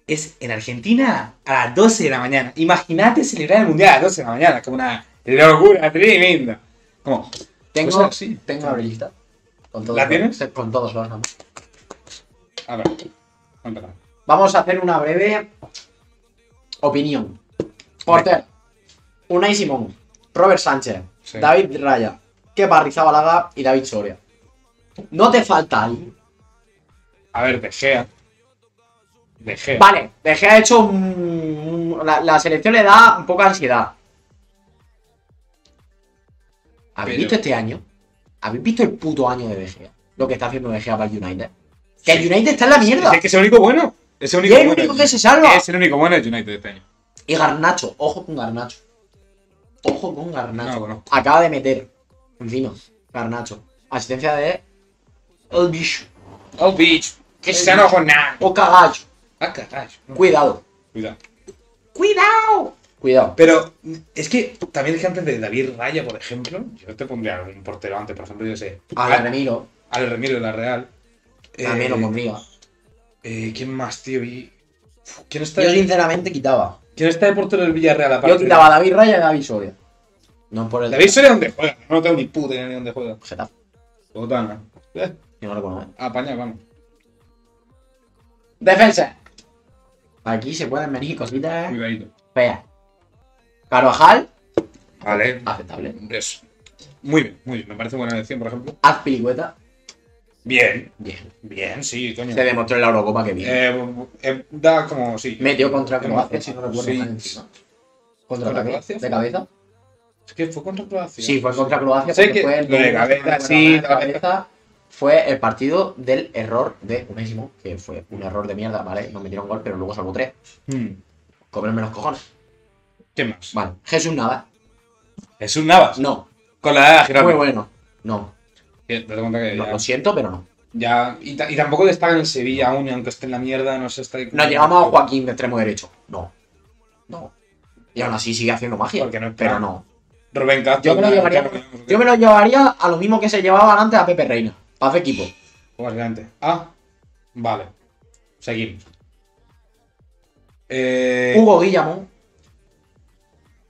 S1: es en Argentina a las 12 de la mañana. Imagínate celebrar el mundial a las 12 de la mañana, como una locura tremenda. Como,
S2: Tengo,
S1: cosas Pues así.
S2: tengo una lista. Con todos
S1: ¿La
S2: los-
S1: tienes?
S2: Con todos los nombres.
S1: A ver, cuéntala.
S2: Vamos a hacer una breve opinión. Porter. Unai Simón. Robert Sánchez.
S1: Sí.
S2: David Raya. Kepa Rizabalaga y David Soria. No te falta ahí.
S1: A ver, De Gea. De Gea.
S2: Vale, De Gea ha hecho un- un- la, la selección le da un poco de ansiedad. ¿Habéis
S1: Pero-
S2: visto este año? ¿Habéis visto el puto año de De Gea? Lo que está haciendo De Gea para el United. Que el United está en la mierda.
S1: Es que es el único bueno. Es el
S2: Y
S1: único,
S2: es el
S1: bueno.
S2: único que se salva.
S1: Es el único bueno de United este año.
S2: Y Garnacho, ojo con Garnacho. Ojo con
S1: No
S2: Garnacho.
S1: lo conozco.
S2: Acaba de meter. Encima, Garnacho. Asistencia de. El bicho.
S1: Oh, bitch. Que
S2: se no
S1: con nada.
S2: O cagacho.
S1: Ah, carajo.
S2: Cuidado.
S1: Cuidado.
S2: Cuidado. Cuidado.
S1: Pero es que también es que antes de David Raya, por ejemplo, yo te pondría algún portero antes, por ejemplo, yo sé.
S2: A Garnero.
S1: Al Ramiro de la Real.
S2: También lo pondría.
S1: eh, ¿Quién más, tío? Y- Uf, ¿Quién está,
S2: Yo sinceramente quitaba.
S1: ¿Quién está de portero del Villarreal aparte?
S2: Yo quitaba a David Raya y a David Soria. No por el.
S1: David Soria, ¿dónde juega? No tengo ni puta idea de dónde juega.
S2: Getafe.
S1: Botana. Eh,
S2: Yo no lo conozco.
S1: apaña, vamos.
S2: Defensa. Mm. Aquí se pueden venir cositas.
S1: Cuidadito.
S2: Feas. Carvajal.
S1: Vale.
S2: Aceptable.
S1: Eso. Muy bien, muy bien. Me parece buena elección, por ejemplo.
S2: Haz piligüeta.
S1: Bien.
S2: Bien.
S1: Bien, sí, coño.
S2: Se demostró en la Eurocopa que bien.
S1: Eh, eh, da como, sí.
S2: Metió contra
S1: Eh,
S2: Croacia, si no recuerdo
S1: sí.
S2: mal. encima. Contra,
S1: ¿Contra
S2: Croacia.
S1: Croacia
S2: ¿De
S1: fue?
S2: cabeza?
S1: Es que fue contra Croacia.
S2: Sí, fue contra Croacia.
S1: Sé
S2: porque
S1: que
S2: fue el
S1: lo de
S2: primer
S1: cabeza,
S2: partido
S1: sí,
S2: de
S1: de
S2: cabeza. Fue el partido del error de Unésimo, que fue un error de mierda, ¿vale? No metieron gol, pero luego salvo tres.
S1: Hmm.
S2: Comerme los cojones.
S1: ¿Qué más?
S2: Vale. Jesús Navas.
S1: Jesús Navas.
S2: No.
S1: Con la edad de Giraldo.
S2: Muy bueno. No.
S1: Que Te das cuenta que
S2: No,
S1: ya-
S2: Lo siento, pero no.
S1: ya- y, ta- y tampoco destaca en Sevilla aún, y aunque esté en la mierda, no se está...
S2: Nos llegamos a Joaquín de extremo derecho. No. No. Y aún así sigue haciendo magia.
S1: Porque Ah, no es
S2: pero
S1: plan.
S2: no.
S1: Rubén Castro.
S2: Yo me lo llevaría. Yo me lo llevaría a lo mismo que se llevaban antes a Pepe Reina. Paz de equipo.
S1: Básicamente. Ah, vale. Seguimos. Eh,
S2: Hugo Guillamón.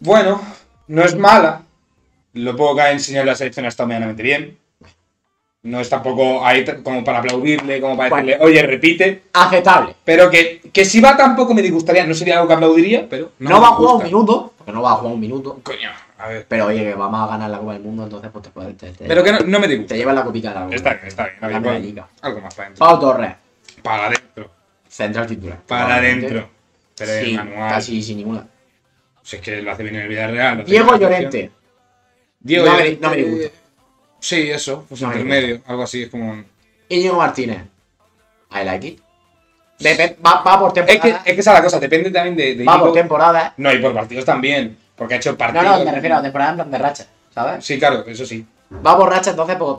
S1: Bueno, no es mala. Lo poco que ha enseñado la selección está medianamente bien. No es tampoco ahí t- como para aplaudirle, como para
S2: Bueno.
S1: decirle, oye, repite.
S2: Aceptable.
S1: Pero que, que si va tampoco me disgustaría, no sería algo que aplaudiría, pero
S2: No,
S1: me
S2: va a jugar un
S1: disgusta.
S2: minuto. Porque no va a jugar un minuto.
S1: Coño, a ver.
S2: Pero oye, que vamos a ganar la Copa del Mundo, entonces pues te puedes. Te, te-
S1: Pero que no, no me
S2: te
S1: disgusta.
S2: llevas la copita de la Copa.
S1: Está bien, está bien.
S2: La
S1: está bien.
S2: medallica.
S1: algo más para adentro.
S2: Pau Torres.
S1: Para adentro.
S2: Central titular.
S1: Para
S2: Probablemente.
S1: adentro. Pero
S2: Sí,
S1: el manual.
S2: Casi sin ninguna.
S1: Si es que lo hace bien en el Villarreal. lo hace
S2: Diego
S1: bien en la selección.
S2: Llorente.
S1: Diego
S2: No me-
S1: Llorente.
S2: no me disgusta.
S1: Sí, eso. Pues
S2: No me
S1: intermedio. Algo así es como.
S2: Íñigo Martínez. I like it. Depe- va, va por
S1: Es que,
S2: temporada.
S1: es que esa es la cosa, depende también de. de
S2: va por
S1: Íñigo.
S2: temporada. eh.
S1: No, y por partidos también. Porque ha hecho
S2: No,
S1: partidos.
S2: no, me refiero a temporada en plan de racha. ¿Sabes?
S1: Sí, claro, eso sí.
S2: Va por racha, entonces pues.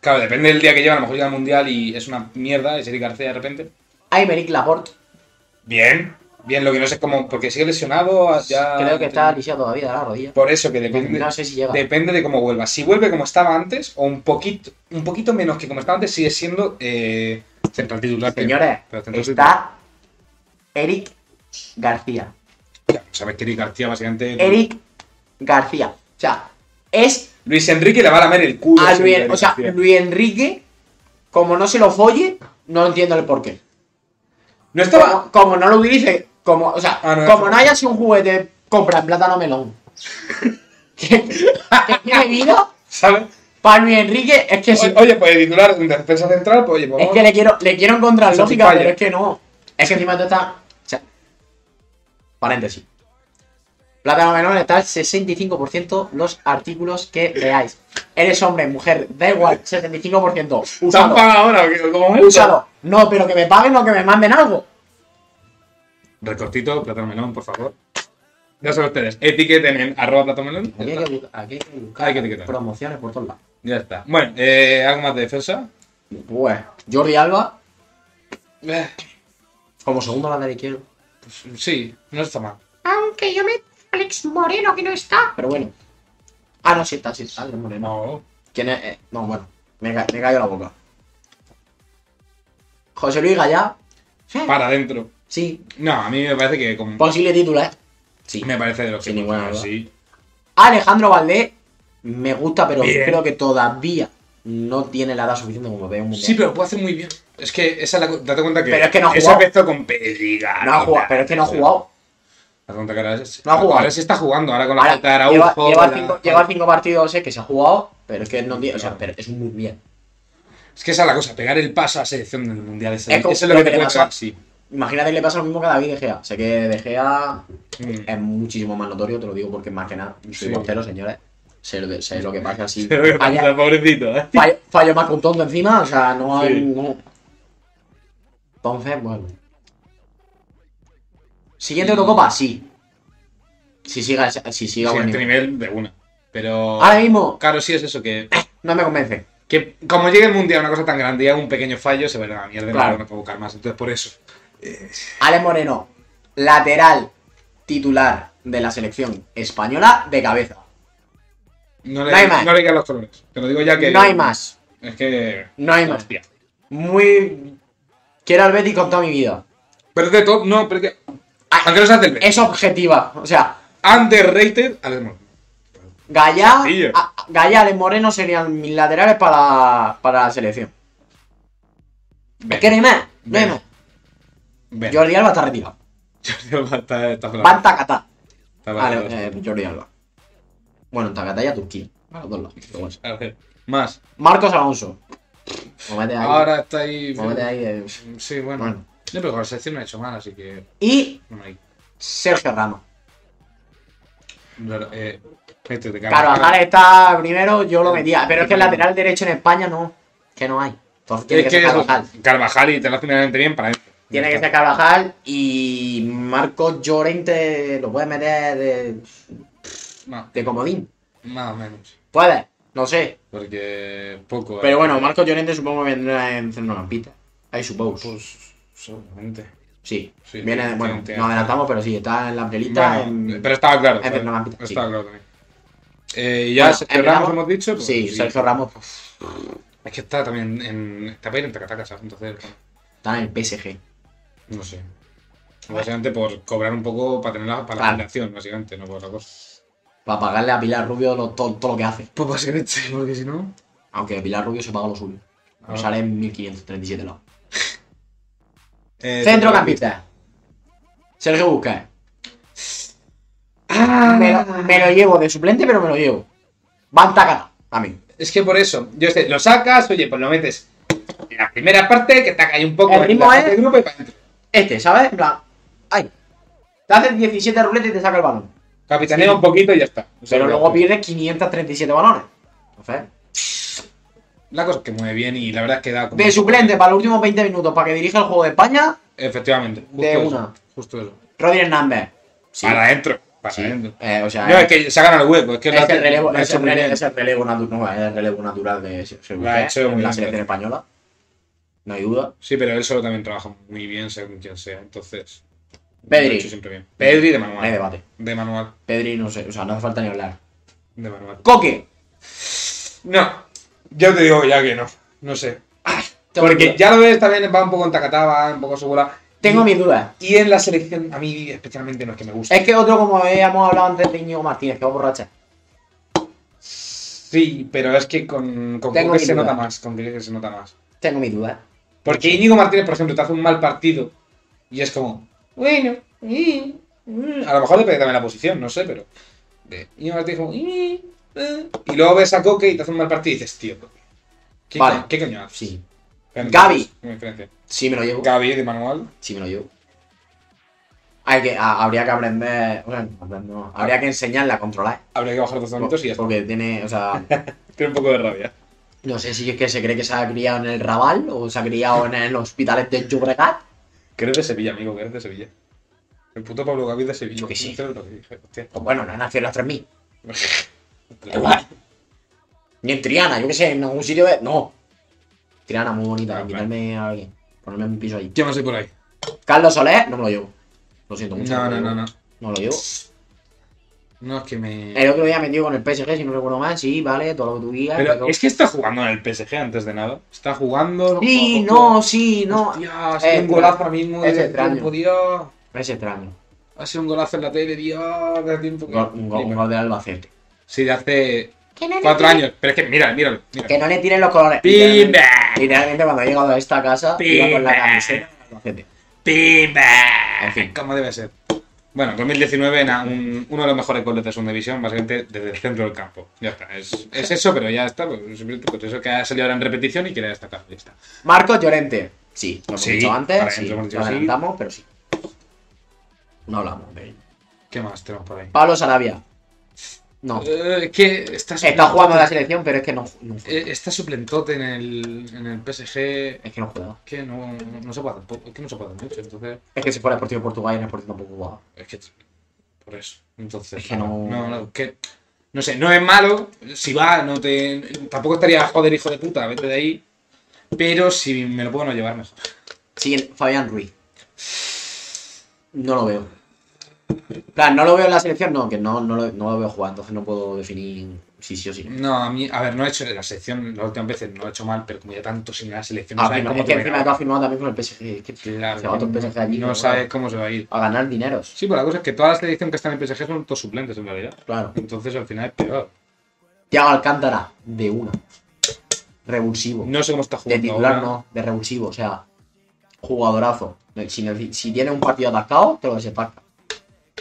S1: Claro, depende del día que lleva. A lo mejor llega al mundial y es una mierda. Y Eric García de repente.
S2: Aymeric Laporte.
S1: Bien. Bien, lo que no sé es cómo. Porque sigue lesionado. Ya
S2: Creo que está lisiado todavía de la rodilla.
S1: Por eso que depende.
S2: No sé si llega.
S1: Depende de cómo vuelva. Si vuelve como estaba antes, o un poquito, un poquito menos que como estaba antes, sigue siendo eh, central titular. pero-
S2: Señores,
S1: pero central titular.
S2: está Eric García.
S1: Sabes que Eric García, básicamente.
S2: Eric García. O sea, es
S1: Luis Enrique le va a lamer el culo.
S2: a
S1: siempre
S2: Luis,
S1: a Eric
S2: o sea,
S1: García.
S2: Luis Enrique, como no se lo folle, no entiendo el porqué.
S1: no estaba.
S2: Como, como no lo utilice, como, o sea,
S1: Ah, no,
S2: como
S1: eso
S2: no
S1: no.
S2: haya sido un juguete, compra en plátano melón. que que tiene vida
S1: ¿Sabes?
S2: para Luis Enrique, es que sí.
S1: O- Oye, pues de titular de defensa central, pues oye, pues,
S2: Es que le quiero, le quiero encontrar
S1: Eso
S2: lógica,
S1: falla.
S2: pero es que no. Es que encima tú estás. O sea, paréntesis. Plátano Melón está al 65% los artículos que veáis. Eres hombre, mujer, da igual, 75%.
S1: ¿Se han
S2: Úsalo,
S1: pagado ahora? ¿o qué? ¿Cómo es?
S2: úsalo. No, pero que me paguen o que me manden algo.
S1: Recortito, plátano melón, por favor. Ya saben ustedes, etiqueten en arroba plátano melón.
S2: Aquí hay que, bu- aquí hay que buscar
S1: Hay que etiquetar.
S2: promociones por todos lados.
S1: Ya está. Bueno, eh, ¿algo más de defensa?
S2: Pues, Jordi Alba,
S1: Eh,
S2: como segundo lateral izquierdo.
S1: pues, sí, no está mal.
S3: Aunque yo me... Alex Moreno, que no está.
S2: Pero bueno. Ah, no, sí está, sí está, Andrés Moreno.
S1: No.
S2: ¿Quién es? Eh, no, bueno, me, ca- me cayó la boca. José Luis Gallá.
S1: Para adentro.
S2: Sí.
S1: No, a mí me parece que como...
S2: Posible titular. Sí.
S1: Me parece de los
S2: Sin
S1: que
S2: ninguna duda.
S1: sí.
S2: Alejandro Valdés. Me gusta, pero
S1: Bien.
S2: creo que todavía no tiene la edad suficiente como para un mundial.
S1: Sí, pero lo puede hacer muy bien. Es que esa es la. co- Date cuenta que.
S2: Pero es que no ha
S1: eso
S2: jugado.
S1: empezó con Pedrigal.
S2: No ha jugado, pero es que no ha jugado.
S1: Date cuenta que ahora es-
S2: No ha jugado.
S1: Ahora sí está jugando, ahora con la
S2: Ahora,
S1: falta de
S2: lleva,
S1: Araujo.
S2: lleva
S1: la-
S2: cinco, lleva cinco partidos, sé que se ha jugado, pero es que no tiene. O sea, pero es un mundial.
S1: Es que esa es la cosa, pegar el paso a la selección del mundial. Es,
S2: Es como-
S1: eso es lo que te
S2: lo que le
S1: cuesta.
S2: pasó.
S1: Sí.
S2: Imagínate que le pasa lo mismo que a David De Gea. Sé que De Gea
S1: Mm.
S2: es muchísimo más notorio, te lo digo porque más que nada, soy
S1: Sí.
S2: portero, señores. Sé, lo que- sé lo que pasa si
S1: Pero que
S2: falla-
S1: pasa, pobrecito, ¿eh?
S2: fallo, fallo más que un tonto encima, o sea, no hay.
S1: Sí.
S2: no. Entonces, bueno. Siguiente Eurocopa, sí. Si siga, ese- si siga
S1: Sí,
S2: buen
S1: este
S2: nivel.
S1: nivel de una. Pero.
S2: Ahora mismo,
S1: Claro, sí es eso, que,
S2: no me convence.
S1: que como llegue el mundial una cosa tan grande y haga un pequeño fallo, se va a la mierda y no
S2: Claro.
S1: van a provocar más. Entonces, por eso.
S2: Alex Moreno, lateral titular de la selección española de cabeza.
S1: No le,
S2: No hay más.
S1: no le digas los colores. Te lo digo ya que.
S2: No hay más,
S1: Es que.
S2: no hay más.
S1: Hostia.
S2: Muy. Quiero al Betis con toda mi vida.
S1: Pero es de top, no, pero es que.
S2: Ah,
S1: Aunque no seas del Betis.
S2: Es objetiva, o sea,
S1: Underrated al Edmond.
S2: Gallá,
S1: Sencillo.
S2: a- Gallá, Alex Moreno serían mis laterales para, para la selección.
S1: Ven,
S2: Es que no hay más, no hay
S1: Ven.
S2: más.
S1: ven.
S2: Jordi Alba está retirado.
S1: Jordi Alba está- está flotando.
S2: Van Tacatá.
S1: Está
S2: Ah,
S1: flotando.
S2: eh, Jordi Alba. Bueno, en Tacatá y a Turquía. A los dos lados. pero bueno.
S1: A ver, más.
S2: Marcos Alonso. Móvete ahí.
S1: Ahora está ahí.
S2: móvete ahí eh. de-
S1: Mm, Sí, bueno.
S2: Bueno.
S1: No, pero con la selección me ha hecho mal, así que.
S2: Y
S1: No hay.
S2: Sergio Ramos.
S1: Claro, eh, este de
S2: Claro, Andar está primero, yo lo metía. Pero es que el lateral derecho en España no. Que no hay. Entonces tiene que
S1: Es que
S2: ser Carvajal.
S1: es- Carvajal y te lo hace medianamente bien para él.
S2: Tiene que ser Carvajal y Marcos Llorente lo puedes meter de,
S1: No,
S2: de comodín.
S1: más o menos.
S2: Puede, no sé.
S1: Porque poco. eh.
S2: Pero bueno, Marcos Llorente supongo que vendrá en centrocampista. Ahí supongo.
S1: Pues, seguramente.
S2: Sí.
S1: Sí,
S2: Viene,
S1: tiene-
S2: bueno,
S1: tiene-
S2: nos adelantamos, pero sí, está en la pelita.
S1: Bueno, eh,
S2: en-
S1: Pero estaba claro.
S2: en
S1: estaba-
S2: Bernabéu, sí.
S1: Estaba claro también. Eh, ya
S2: Bueno,
S1: Sergio
S2: en
S1: Ramos,
S2: Ramos-
S1: hemos dicho. pues,
S2: sí, Sergio Ramos pues,
S1: Es que está también en. Está para ir en Tacataca, ¿sabes? Entonces, bueno,
S2: está en el PSG.
S1: no sé. Básicamente por cobrar un poco para tener la, para la
S2: Claro.
S1: jubilación, básicamente, no por otra cosa.
S2: Para pagarle a Pilar Rubio lo- todo, todo lo que hace.
S1: Pues básicamente, porque si no.
S2: Aunque Pilar Rubio se paga lo suyo.
S1: Ah.
S2: Nos sale en 1537 lados.
S1: Eh,
S2: Centrocampista. Sergio Busquets.
S1: Ah,
S2: Me lo, me lo llevo de suplente, pero me lo llevo. Van Tacata, a mí.
S1: Es que por eso, yo sé, lo sacas, oye, pues lo metes en la primera parte, que te ahí un poco
S2: El
S1: en
S2: ritmo
S1: la
S2: es-
S1: parte del grupo y para adentro.
S2: Este, ¿sabes? En plan. Ay. Te haces 17 ruletas y te saca el balón.
S1: Capitanea un poquito y ya está. O sea,
S2: Pero
S1: que-
S2: luego pierdes 537 balones. Entonces,
S1: La cosa es que mueve bien y la verdad es que da como.
S2: de suplente para los últimos 20 minutos para que dirija el juego de España,
S1: Efectivamente. Justo
S2: De
S1: eso,
S2: una.
S1: Justo eso.
S2: Rodri Hernández. Sí,
S1: Para adentro. Para
S2: sí.
S1: adentro.
S2: Eh, o sea,
S1: No, es que se ha ganado el hueco. Es que
S2: es
S1: lo hace-
S2: el relevo,
S1: lo ha
S2: es
S1: hecho
S2: el
S1: muy
S2: relevo,
S1: bien.
S2: es el relevo natu- no, es el relevo natural de Sergio
S1: Lo ha
S2: Busquets
S1: hecho muy
S2: en la
S1: bien.
S2: selección española. No hay duda.
S1: Sí, pero él solo también trabaja muy bien, según quien sea. Entonces.
S2: Pedri.
S1: lo ha hecho siempre bien. Pedri de
S2: No hay
S1: manual.
S2: debate.
S1: De manual.
S2: Pedri, no sé, o sea, no hace falta ni hablar.
S1: De manual.
S2: Coque.
S1: No. Yo te digo ya que no. No sé.
S2: Tengo mis
S1: Porque
S2: dudas.
S1: ya lo ves también, va un poco en tacatá, va un poco a su bola.
S2: Tengo mis dudas.
S1: Y en la selección, a mí especialmente no es que me gusta.
S2: Es que otro, como habíamos hablado antes de Íñigo Martínez, que va borracha.
S1: Sí, pero es que con, con
S2: Tengo
S1: Coque
S2: mi
S1: se
S2: duda.
S1: nota más. Con Coque se nota más.
S2: Tengo mis dudas.
S1: Porque Íñigo Martínez, por ejemplo, te hace un mal partido y es como, bueno, eh, eh. a lo mejor depende también de la posición, no sé, pero. eh, Íñigo Martínez como, eh, eh. y luego ves a Coque y te hace un mal partido y dices, tío, Coque, ¿qué,
S2: Vale.
S1: co- qué coño haces?
S2: Sí.
S1: Entonces,
S2: Gavi.
S1: una diferencia.
S2: Sí me lo llevo.
S1: Gavi de manual.
S2: Sí me lo llevo. Hay que, a- habría que aprender. O sea, aprender no, habría que enseñarle a controlar.
S1: Habría que bajar dos tonitos y ya está.
S2: Porque tiene, o sea,
S1: Tiene un poco de rabia.
S2: no sé si es que se cree que se ha criado en el Raval o se ha criado en el hospitales de Llobregat.
S1: Que eres de Sevilla, amigo, que eres de Sevilla. El puto Pablo Gavi de Sevilla.
S2: Yo que sí.
S1: Eso es lo que dije, hostia.
S2: Pues bueno, no ha nacido en las 3000. Da igual. Ni en Triana, yo qué sé, en algún sitio de. No. Triana, muy bonita,
S1: Ah,
S2: invitarme a alguien. Ponerme un piso ahí.
S1: Yo no soy por ahí.
S2: Carlos Soler, no me lo llevo. Lo siento mucho.
S1: No,
S2: me
S1: no, no,
S2: lo
S1: no.
S2: llevo. No me lo llevo. Eh,
S1: No es que me.
S2: El otro día metido con el PSG, si no recuerdo mal, sí, vale, todo lo que tú quieras.
S1: Pero
S2: pero-
S1: es que está jugando en el PSG antes de nada. Está jugando.
S2: Sí,
S1: poco a
S2: no, sí,
S1: poco.
S2: no.
S1: Hostia, ha
S2: Eh,
S1: sido un golazo ahora mismo.
S2: es
S1: de
S2: extraño.
S1: tiempo, Dios.
S2: Es extraño.
S1: Ha sido un golazo en la tele, Dios. De tiempo
S2: Un
S1: que-
S2: gol, un gol- un gol del Albacete.
S1: Sí, de hace
S3: Que no le
S1: Cuatro
S3: tiene-
S1: años. Pero es que míralo, míralo. míralo.
S2: Que no le tiren los colores.
S1: ¡Pimba!
S2: Literalmente- Literalmente cuando he llegado a esta casa, iba con la
S1: Pimba.
S2: camiseta de Albacete.
S1: ¡Pimba!
S2: En fin.
S1: ¿Cómo debe ser? Bueno, 2019, na- un- uno de los mejores goles de segunda división, básicamente desde el centro del campo. Ya está, es, es eso, pero ya está. Pues, simplemente, pues eso que ha salido ahora en repetición y que ya está acá, ya está.
S2: Marcos Llorente. Sí, lo hemos
S1: Sí,
S2: dicho
S1: para
S2: antes, sí,
S1: dentro hemos dicho
S2: lo
S1: sí.
S2: adelantamos, pero sí. No hablamos de él.
S1: ¿Qué más tenemos por ahí?
S2: Pablo Sarabia. No.
S1: Eh, que está,
S2: Está
S1: suplentote-
S2: jugando en la selección, pero es que no, no juega.
S1: eh, está suplentote en el, en el PSG.
S2: Es que no juega.
S1: Que no, no se puede hacer, po- es que no se puede hacer mucho, entonces.
S2: Es que si fuera Deportivo Portugal, en el Deportivo tampoco jugaba.
S1: Es que. Por eso. Entonces.
S2: Es que no-
S1: No, no, que. No sé, no es malo. Si va, no te. Tampoco estaría joder, hijo de puta, vete de ahí. Pero si me lo puedo no llevar, mejor.
S2: Siguiente, Fabián Ruiz. No lo veo. En plan, no lo veo en la selección, no, que no, no, lo, no lo veo jugando, entonces no puedo definir si sí o si no.
S1: No, a mí. A ver, no he hecho la selección. Las últimas veces no lo he hecho mal, pero como ya tanto sin la selección, no
S2: Ah,
S1: sabes
S2: pero
S1: cómo
S2: es que
S1: te
S2: encima
S1: verá.
S2: tú has firmado también con el PSG. Es que
S1: Claro,
S2: se va otro PSG allí.
S1: no
S2: pero
S1: sabes
S2: bueno,
S1: cómo se va a ir.
S2: A ganar dineros.
S1: Sí, pero la cosa es que toda la selección que está en el PSG son todos suplentes en realidad.
S2: Claro.
S1: Entonces al final es peor.
S2: Tiago Alcántara, de una. Revulsivo.
S1: No sé cómo está
S2: de
S1: jugando.
S2: titular
S1: ahora.
S2: no, de revulsivo, o sea, jugadorazo. Si, neces- si tiene un partido atascado, te lo desempaca.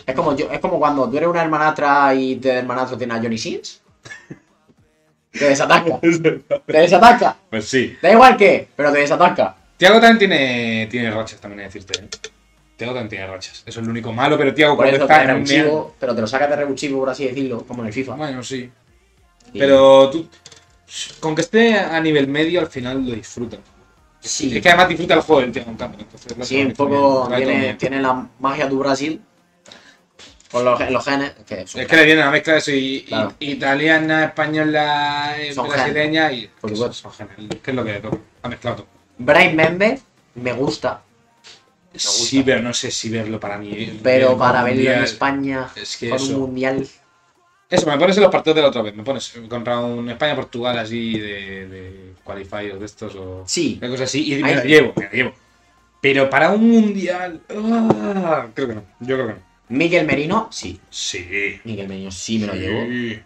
S2: Es como, yo, es como cuando tú eres una hermanastra y tu hermanastro tiene a Johnny Sins. Te desataca. te desataca.
S1: Pues sí.
S2: Da igual que, pero te desataca.
S1: Tiago también tiene, tiene rachas, también he de decirte. ¿eh? Tiago también tiene rachas. Eso es lo único malo, pero Tiago
S2: Por
S1: cuando
S2: eso te
S1: está en un nivel-
S2: revulsivo, pero te lo sacas de revulsivo, por así decirlo, como en el FIFA.
S1: Bueno, sí.
S2: Y-
S1: Pero tú. Con que esté a nivel medio, al final lo disfruta.
S2: sí,
S1: Es que además disfruta el juego del Tiago también. Entonces, lo
S2: sí,
S1: hace
S2: un
S1: muy
S2: poco
S1: bien, lo hace todo
S2: tiene,
S1: bien.
S2: tiene la magia de Brasil. Con los, los genes. Que es
S1: Es que le viene la mezcla de eso y,
S2: Claro.
S1: y- italiana, española, eh,
S2: Son
S1: brasileña y.
S2: Por
S1: que
S2: supuesto.
S1: son geniales, que es lo que le toca. Ha mezclado todo.
S2: Brian Membe me gusta, gusta.
S1: Sí, pero no sé si verlo para mí.
S2: pero
S1: verlo
S2: para
S1: un
S2: verlo en
S1: mundial.
S2: España
S1: Es que
S2: con
S1: eso.
S2: un mundial
S1: Eso, me pones en los partidos de la otra vez. Me pones contra un España-Portugal así de, de qualifiers de estos o
S2: Sí.
S1: una cosa así. Y me
S2: Ahí-
S1: la llevo, me la llevo. Pero para un mundial. ah, creo que no. Yo creo que no.
S2: Miguel Merino, sí.
S1: Sí.
S2: Miguel Merino sí me lo llevo.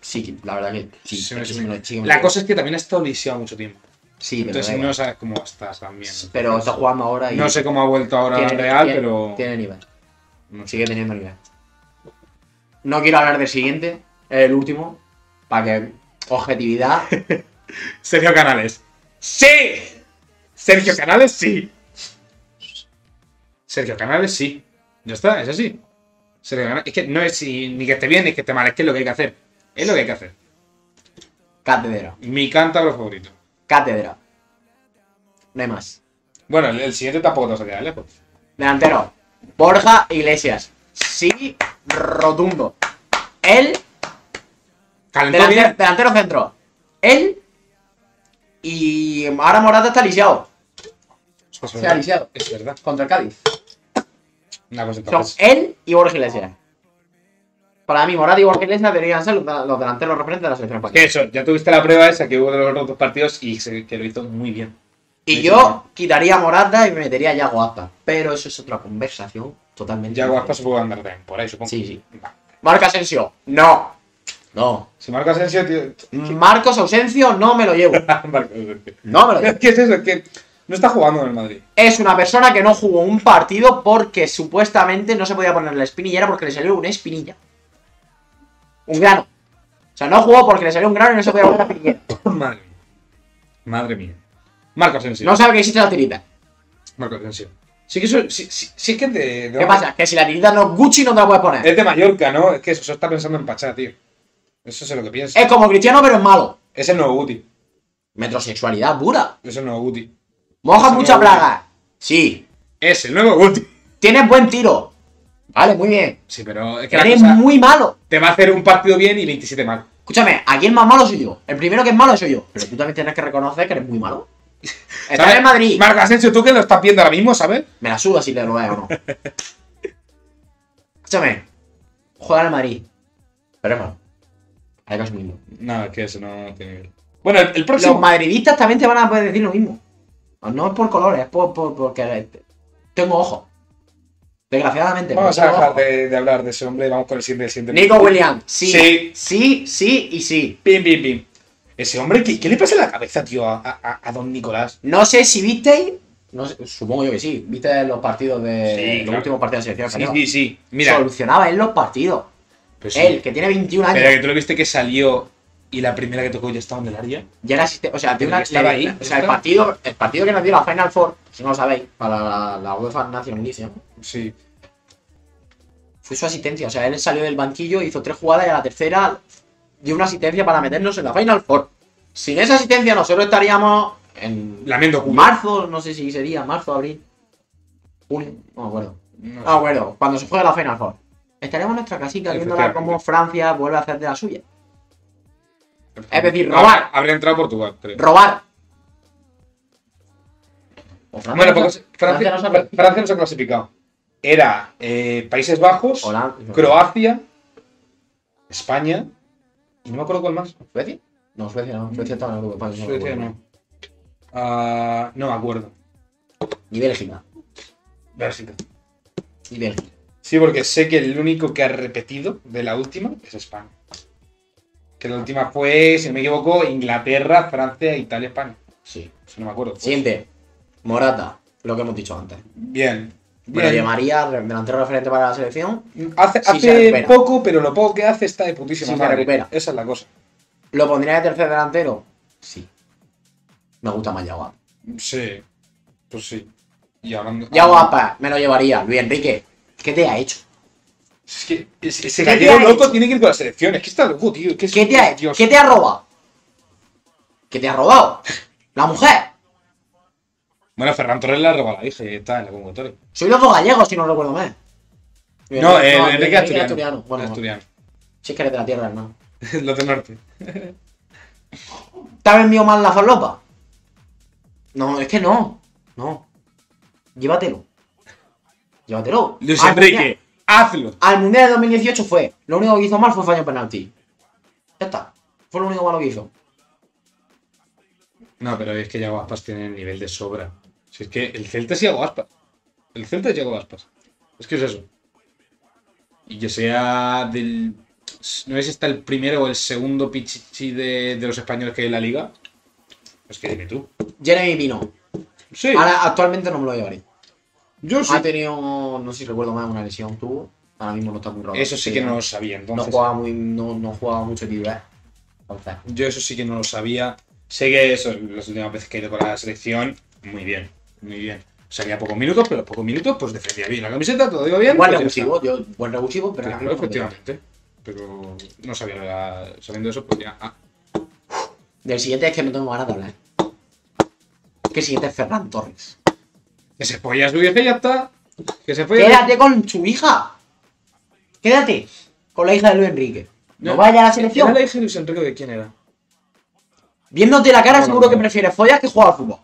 S2: Sí, que- la verdad que sí.
S1: Sí,
S2: es que
S1: sí,
S2: sí
S1: sí.
S2: me lo- sí que me lo
S1: La
S2: llevo.
S1: cosa es que también ha estado lisiado mucho tiempo.
S2: Sí, pero,
S1: Entonces
S2: da
S1: no
S2: igual.
S1: sabes cómo estás también.
S2: pero está jugando ahora y.
S1: No sé cómo ha vuelto ahora al Real,
S2: tiene-
S1: pero.
S2: Tiene nivel.
S1: no sé.
S2: Sigue teniendo nivel. No quiero hablar del siguiente, el último, para que. Objetividad.
S1: Sergio Canales. ¡Sí! Sergio Canales, sí. Sergio Canales, sí. Ya está, es así. Sergio Canales. Es que no es si- ni que esté bien ni que esté mal, es que es lo que hay que hacer. Es lo que hay que hacer.
S2: cátedra.
S1: Mi cántabro favorito.
S2: Cátedra. No hay más.
S1: Bueno, el, el siguiente tampoco te vas a quedar lejos.
S2: Delantero. Borja Iglesias. Sí, rotundo. Él
S1: Calentó
S2: Delante-
S1: bien.
S2: delantero centro. Él. Y ahora Morata está lisiado.
S1: Es
S2: Se ha
S1: verdad.
S2: lisiado.
S1: Es verdad.
S2: Contra el Cádiz.
S1: Una cosa
S2: Son
S1: entonces.
S2: él y Borja Iglesias. Para mí, Morata y Borja Iglesias deberían ser los, los delanteros referentes de la selección
S1: Que
S2: española.
S1: eso, ya tuviste la prueba esa que hubo de los otros dos partidos y se- que lo hizo muy bien.
S2: Y yo quitaría a Morata y me metería a Yago Aspas. Pero eso es otra conversación totalmente.
S1: Ya Guaspa
S2: diferente.
S1: se puede andar bien, por ahí supongo.
S2: Sí, sí.
S1: Va.
S2: Marco Asensio. No. No.
S1: Si marcas Asensio, tío.
S2: Marcos Ausencio no me lo llevo.
S1: Marcos Asensio.
S2: No me lo llevo.
S1: ¿Qué es eso? Que no está jugando en el Madrid.
S2: es una persona que no jugó un partido porque supuestamente no se podía poner la espinillera porque le salió una espinilla. Un grano. O sea, no jugó porque le salió un grano y no se podía poner la espinillera.
S1: Oh, Madre mía. Madre mía. Marco Asensio.
S2: No sabe que existe la tirita.
S1: Marco Asensio. Sí que eso, sí, sí- sí es que te...
S2: ¿Qué pasa? Que si la tirita no es Gucci no te la puedes poner.
S1: Es de Mallorca, ¿no? Es que eso, eso está pensando en Pachá, tío. Eso es lo que piensa.
S2: Es como Cristiano pero es malo.
S1: Es el nuevo Guti.
S2: Metrosexualidad pura.
S1: Es el nuevo Guti.
S2: Moja
S1: Sí,
S2: mucha
S1: no,
S2: plaga. Sí.
S1: Es el nuevo Guti.
S2: Tienes buen tiro. Vale, muy bien.
S1: Sí, pero es que la
S2: Eres
S1: cosa-
S2: muy malo.
S1: te va a hacer un partido bien y 27 mal.
S2: Escúchame, aquí el más malo soy yo. El primero que es malo soy yo. Pero tú también tienes que reconocer que eres muy malo. Estás
S1: ¿Sabes?
S2: en Madrid.
S1: Marco Asensio, tú que lo estás viendo ahora mismo, ¿sabes?
S2: Me la suda si le lo veo o no. Escúchame. Juega en el Madrid. Pero es malo. Hay que asumirlo.
S1: No, es que eso no tiene que ver. Bueno, el, el
S2: Los
S1: próximo...
S2: madridistas también te van a poder decir lo mismo. No es por colores, es por, por- porque tengo ojos. Desgraciadamente.
S1: Vamos a
S2: mucho
S1: dejar
S2: ojo.
S1: de, de hablar de ese hombre y vamos con el siguiente. el siguiente.
S2: Nico Williams, sí,
S1: Sí.
S2: sí, sí, y sí.
S1: Pim, pim, pim. Ese hombre, ¿qué, qué le pasa en la cabeza, tío, a, a- a don Nicolás?
S2: No sé si visteis, no sé, supongo yo que sí, viste los partidos de
S1: Sí,
S2: los
S1: claro.
S2: últimos partidos de selección
S1: Sí,
S2: española.
S1: sí, sí. Mira,
S2: Solucionaba en los partidos.
S1: pues
S2: Él,
S1: sí.
S2: que tiene 21 años,
S1: pero que tú lo viste que salió y la primera que tocó ya estaba en el área.
S2: ya era asiste- o sea, de
S1: Pero
S2: una-
S1: que estaba ahí,
S2: o sea, el
S1: estaba.
S2: partido, el partido que nos dio la Final Four, si no lo sabéis, para la, la UEFA Nations League, ¿no?
S1: Sí.
S2: fue su asistencia. O sea, él salió del banquillo, hizo tres jugadas y a la tercera dio una asistencia para meternos en la Final Four. Sin esa asistencia nosotros estaríamos en
S1: Lamento culo.
S2: marzo, no sé si sería marzo, abril, junio, no me acuerdo.
S1: No
S2: No me acuerdo, cuando se juegue la Final Four. Estaremos en nuestra casita viéndola
S1: Efectivamente.
S2: como Francia vuelve a hacer de la suya.
S1: sé.
S2: es decir, robar.
S1: Habría entrado Portugal, creo.
S2: Robar. O Francia
S1: Bueno,
S2: no
S1: pues
S2: se-
S1: Francia,
S2: no se ha
S1: Fra- Francia no se ha clasificado. Era eh, Países Bajos,
S2: Holanda-
S1: Croacia, España y no me acuerdo cuál más.
S2: ¿Suecia? No, Suecia no. Suecia estaba en el grupo. no,
S1: Suecia
S2: no.
S1: no. Ah, no me acuerdo.
S2: Ni Bélgica.
S1: Bélgica.
S2: Ni Bélgica.
S1: Sí, porque sé que el único que ha repetido de la última es España. Que la última fue, si no me equivoco, Inglaterra, Francia, Italia, España.
S2: Sí.
S1: Eso no me acuerdo. Pues,
S2: Siguiente. Morata. Lo que hemos dicho antes.
S1: Bien.
S2: Bueno,
S1: Bien.
S2: llamaría delantero referente para la selección.
S1: Hace,
S2: Sí, se
S1: hace
S2: recupera.
S1: poco, pero lo poco que hace está de putísima
S2: Sí, se
S1: madre.
S2: recupera.
S1: Esa es la cosa.
S2: ¿Lo pondría de tercer delantero? Sí. Me gusta más Yaguapa.
S1: Ah. Sí, pues sí. Y hablando. Ah,
S2: Yaguapa, me lo llevaría. Luis Enrique, ¿qué te ha hecho?
S1: Es que es- ese
S2: ¿Qué te
S1: gallego
S2: ha hecho?
S1: loco tiene que ir con la selección. Es que está loco, tío. Es que es-
S2: ¿Qué te ha hecho?
S1: Dios.
S2: ¿Qué te ha robado? ¿Qué te ha robado? La mujer.
S1: Bueno, Ferran Torres le ha robado a la hija y está en la convocatoria.
S2: Soy los dos gallegos, si no recuerdo mal. Luis
S1: No,
S2: Enrique-
S1: eh,
S2: Luis
S1: Enrique Asturiano.
S2: Bueno,
S1: Asturiano.
S2: si es que eres de la tierra, hermano.
S1: Los del norte.
S2: ¿Te ha vendido mal la farlopa? No, es que no. No. Llévatelo. Llévatelo.
S1: Luis
S2: Al
S1: Enrique,
S2: Mundial-
S1: hazlo.
S2: Al mundial de 2018 fue. Lo único que hizo mal fue fallar un penalti. Ya está. Fue lo único malo que hizo.
S1: No, pero es que Yago Aspas tiene nivel de sobra. Si es que el Celta es Yago Aspas. El Celta es Yago Aspas. Es que es eso. Y que sea del. No sé si está el primero o el segundo pichichi de, de los españoles que hay en la liga. Es que dime tú.
S2: Jeremy Pino.
S1: Sí,
S2: Ahora, actualmente no me lo llevaré.
S1: yo sí.
S2: ¿eh? Ha tenido, no sé si recuerdo mal, una lesión tuvo. Ahora mismo no está muy roto.
S1: Eso sí que no lo
S2: no,
S1: sabía,
S2: no
S1: entonces.
S2: jugaba muy, no, no jugaba mucho titular. Entonces,
S1: Yo eso sí que no lo sabía. Sé que eso, las últimas veces que he ido con la selección, muy bien, muy bien. Salía pocos minutos, pero pocos minutos, pues defendía bien la camiseta, todo iba bien.
S2: buen
S1: pues ya está.
S2: revulsivo, yo, buen revulsivo, pero
S1: Claro, efectivamente. Pero no sabía, la- sabiendo eso, pues ya. ah,
S2: Del siguiente es que no tengo ganas de hablar. Que el siguiente es Ferran Torres.
S1: que se folla a su vieja y ya está. Que se folla.
S2: Quédate con su hija. Quédate con la hija de Luis Enrique. No,
S1: No.
S2: vaya a la
S1: ¿Era
S2: selección.
S1: la hija de Luis Enrique de quién era?
S2: Viéndote la cara,
S1: No,
S2: seguro
S1: no,
S2: que
S1: no.
S2: prefieres follar que jugar al fútbol.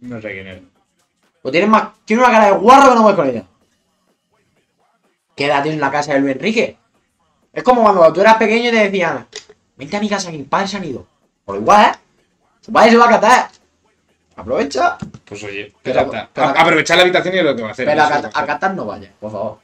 S1: No sé quién era.
S2: O tienes más. Tiene una cara de guarro que no voy con ella. Quédate en la casa de Luis Enrique. Es como cuando tú eras pequeño y te decían: Vente a mi casa, que mis padres se han ido. Por igual, ¿eh? Su padre se va a catar. Aprovecha.
S1: Pues oye,
S2: Pero-
S1: ya está.
S2: pero-
S1: A- aprovechar la habitación y es lo que va a hacer.
S2: Pero a,
S1: Eso es
S2: Cat-
S1: lo que va
S2: a
S1: a hacer.
S2: Qatar no vaya, por favor.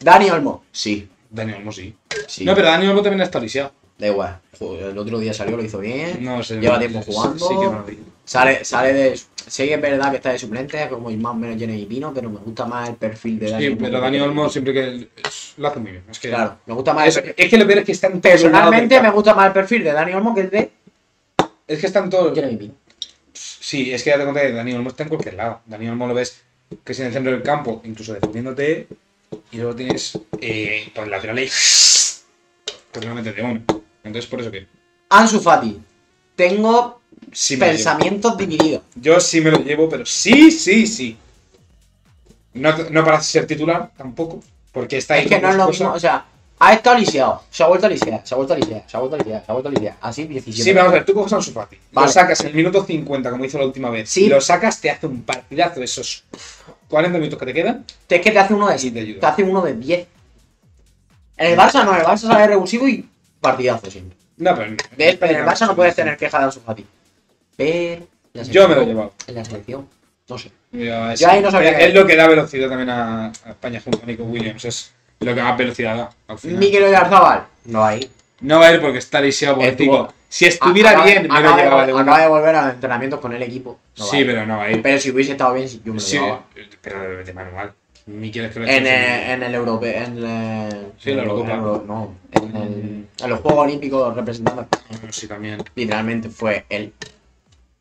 S2: Dani Olmo. Sí,
S1: Dani Olmo sí.
S2: sí.
S1: No, pero Dani Olmo también está lisiado.
S2: Da igual. Joder, El otro día salió, lo hizo bien.
S1: No sé.
S2: Lleva tiempo
S1: sí-
S2: jugando.
S1: Sí que no lo vi.
S2: Sale, sale de. Sé que es verdad que está de suplente, como más o menos Jenny Pino, pero me gusta más el perfil de Dani
S1: Sí,
S2: Olmo.
S1: pero Dani Olmo siempre que es- lo hace muy bien. Es que,
S2: Claro, me gusta más.
S1: Es,
S2: el-
S1: es que lo peor es que está en todo
S2: Personalmente
S1: lado
S2: me
S1: del
S2: gusta más el perfil de Dani Olmo que el de
S1: campo. Es que está en todo.
S2: Jeremy Pino.
S1: Sí, es que date cuenta que Dani Olmo está en cualquier lado. Dani Olmo lo ves que es en el centro del campo, incluso defendiéndote. Y luego tienes eh, por el lateral ahí. Totalmente de uno. Entonces, por eso que.
S2: Ansu Fati. Tengo
S1: Sí me lo llevo.
S2: pensamientos divididos.
S1: Yo sí me lo llevo, pero sí, sí, sí. No, no para ser titular tampoco, porque está ahí.
S2: Es que
S1: con
S2: no es lo
S1: sus
S2: mismo, o
S1: cosas.
S2: sea, ha estado lisiado, se ha vuelto a lisiar, se ha vuelto a lisiar, se ha vuelto a lisiar, se ha vuelto a lisiar. Así 17.
S1: Sí, vamos a ver, tú coges a Ansu Fati, lo
S2: Vale.
S1: sacas en el minuto 50, como hizo la última vez,
S2: Sí.
S1: y lo sacas, te hace un partidazo de esos 40 minutos que te quedan.
S2: Es que te hace uno de
S1: Y te ayuda.
S2: Te hace uno de 10. En el Barça no, en el Barça sale revulsivo y partidazo siempre.
S1: No, pero.
S2: De hecho, en el Barça no puedes tener queja de Ansu Fati. Pero. en la
S1: Yo me lo he
S2: selección-
S1: llevado.
S2: En la selección. No sé.
S1: Yo, es,
S2: Yo ahí no sabría
S1: es
S2: qué-
S1: lo que da velocidad también a, a España junto a Nico Williams. Es lo que más velocidad da. al final.
S2: Mikel Oyarzabal. No hay.
S1: No va a ir porque está lisiado por el
S2: Estuvo-
S1: tico. Si estuviera
S2: Acaba-
S1: bien, me lo
S2: acaba, de-
S1: llevaba de una.
S2: acaba de volver a los entrenamientos con el equipo. No
S1: Sí,
S2: va.
S1: pero no va a ir.
S2: Pero si hubiese estado bien, yo me lo
S1: Sí,
S2: llevaba.
S1: pero de manual. Miquel es que lo
S2: En,
S1: hace-
S2: eh, en el europeo. En, eh,
S1: Sí, en la Eurocopa.
S2: en Euro- no, en, el- en los Juegos Olímpicos representando. a España.
S1: Bueno, sí, también.
S2: Literalmente fue él.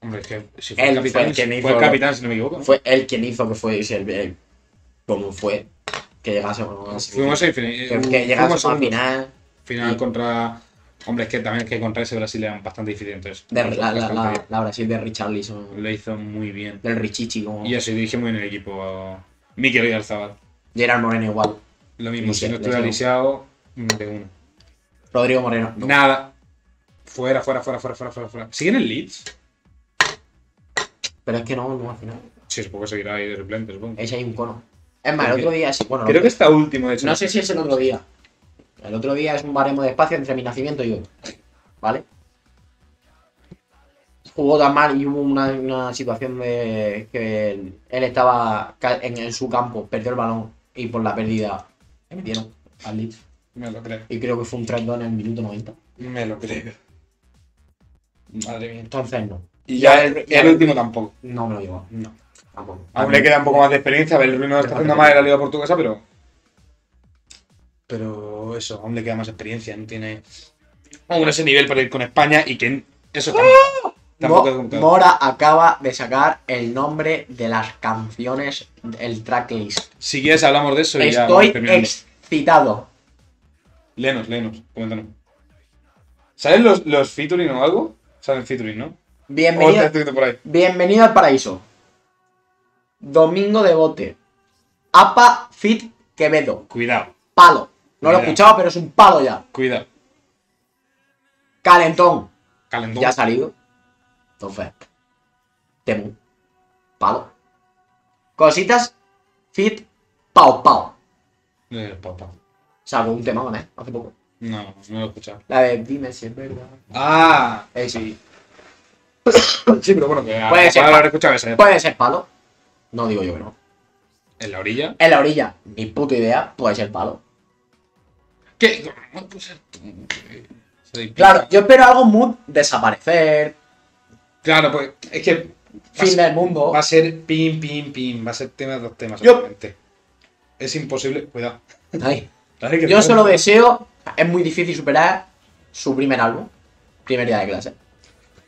S1: Hombre, es que si fue
S2: Él
S1: el
S2: fue
S1: capitán,
S2: el que me
S1: fue el
S2: hizo-
S1: capitán, si no me equivoco. ¿no?
S2: Fue él quien hizo que fuese el. el- como fue que llegase a una semifinal.
S1: Fuimos a infin-
S2: Que, que
S1: fuimos
S2: llegase
S1: a
S2: a
S1: un
S2: una final.
S1: final
S2: Sí.
S1: contra. Hombre, es que también es que contra ese Brasil era bastante difícil. Entonces,
S2: De, la, la,
S1: bastante
S2: la, la Brasil de Richarlison.
S1: bien. lo hizo muy bien.
S2: Del Richichi. Como
S1: Y eso, y dije muy bien el equipo. Miquel Oyarzabal.
S2: Gerard Moreno igual.
S1: Lo mismo, si
S2: Mikel,
S1: no estuviera
S2: lesión.
S1: lisiado, mm, de uno.
S2: Rodrigo Moreno. no.
S1: Nada. Fuera, fuera, fuera, fuera, fuera, fuera, fuera. ¿Siguen en Leeds?
S2: Pero es que no, no al final.
S1: Sí, supongo que seguirá ahí de suplente, supongo.
S2: Ese hay un cono. Es más,
S1: Creo
S2: el
S1: que-
S2: otro día sí. Bueno,
S1: Creo que está último, de hecho.
S2: no sé si es el otro día. El otro día es un baremo de espacio entre mi nacimiento y hoy. ¿Vale? Jugó tan mal y hubo una, una situación de que él, él estaba ca- en, en su campo, perdió el balón y por la pérdida le metieron al Leeds.
S1: Me lo creo.
S2: Y creo que fue un 3-2 en el minuto 90.
S1: Me lo creo. Madre mía.
S2: Entonces no,
S1: Y ya,
S2: el-
S1: el, ya el último tampoco.
S2: no me lo llevó.
S1: No.
S2: Tampoco.
S1: Aún le queda un poco más de experiencia. Belruino no está haciendo mal en la Liga Portuguesa, pero. Pero eso, aún le queda más experiencia. No tiene. Aún ese nivel para ir con España y que. Eso tampoco, tampoco es
S2: Mo-
S1: complicado.
S2: Mora acaba de sacar el nombre de las canciones, el tracklist.
S1: Si quieres, hablamos de eso y ya
S2: Estoy
S1: vamos terminando.
S2: excitado.
S1: Lenos, lenos, coméntanos. ¿Saben los, los featuring o algo? Saben featuring, ¿no? O te
S2: Bienvenido,
S1: has escrito por ahí.
S2: bienvenido al paraíso. Domingo de Bote. APA Fit Quevedo.
S1: Cuidado,
S2: Palo. No lo he
S1: Mira.
S2: escuchado, pero es un palo ya.
S1: cuidado.
S2: Calentón.
S1: Calentón.
S2: Ya ha salido. Entonces. Temu. Palo. Cositas. Fit. Pau Pau.
S1: Eh, papá.
S2: Sacó un tema, ¿eh? Hace poco.
S1: No, no lo he escuchado.
S2: La de Dime si es verdad.
S1: Ah,
S2: Eh, sí.
S1: sí, pero bueno, que a-
S2: Puede ser.
S1: ahora habré escuchado esa.
S2: Puede ser palo. No digo yo que no.
S1: En la orilla.
S2: En la orilla, ni puta idea, puede ser palo.
S1: ¿Qué? No puede ser. Soy-
S2: Claro, yo espero algo mood desaparecer,
S1: Claro, pues es que. va a
S2: fin
S1: ser-
S2: del mundo.
S1: Va a ser pim, pim, pim. Va a ser tema dos temas.
S2: Yo-
S1: obviamente. Es imposible. Cuidado.
S2: Ay.
S1: Claro que
S2: Yo
S1: no.
S2: solo deseo, es muy difícil superar su primer álbum, primer día de clase.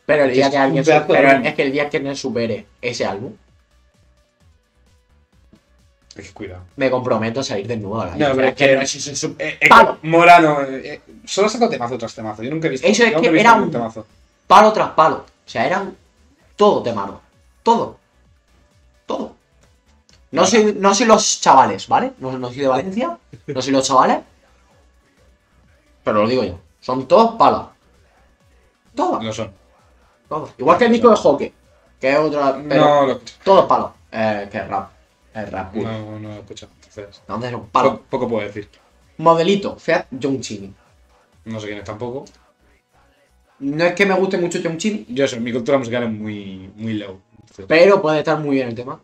S2: Pero el día
S1: Es
S2: que
S1: un
S2: alguien
S1: pedazo de
S2: supere,
S1: álbum.
S2: es que el día que alguien supere ese álbum,
S1: Es que cuidado.
S2: me comprometo a salir desnudo a la calle.
S1: No, pero
S2: Es que
S1: que-
S2: no es- es- es-
S1: Eh, eh,
S2: Palo.
S1: Mora no. eh, eh, solo saco temazo tras temazo. Yo nunca he visto.
S2: Eso es
S1: yo nunca
S2: que
S1: he visto
S2: era
S1: ningún
S2: un-
S1: temazo.
S2: palo tras palo. O sea, eran todo temado. Todo. Todo. No soy, no soy los chavales, ¿vale? No, no soy de Valencia. No soy los chavales. Pero lo digo yo. Son todos palos. Todos.
S1: Lo son.
S2: todos. Igual que el disco de hockey. Que es otra. Pero
S1: No lo he escuchado.
S2: todos palos. Eh, que es rap. Es rap.
S1: No, Pues- no lo he escuchado. Entonces,
S2: Entonces son
S1: po-
S2: palos.
S1: poco puedo decir.
S2: Modelito. Fiat Youngchini.
S1: No sé quién es tampoco.
S2: No es que me guste mucho Youngchini.
S1: Yo sé, mi cultura musical es muy, muy low. Entonces,
S2: Pero puede estar muy bien el tema.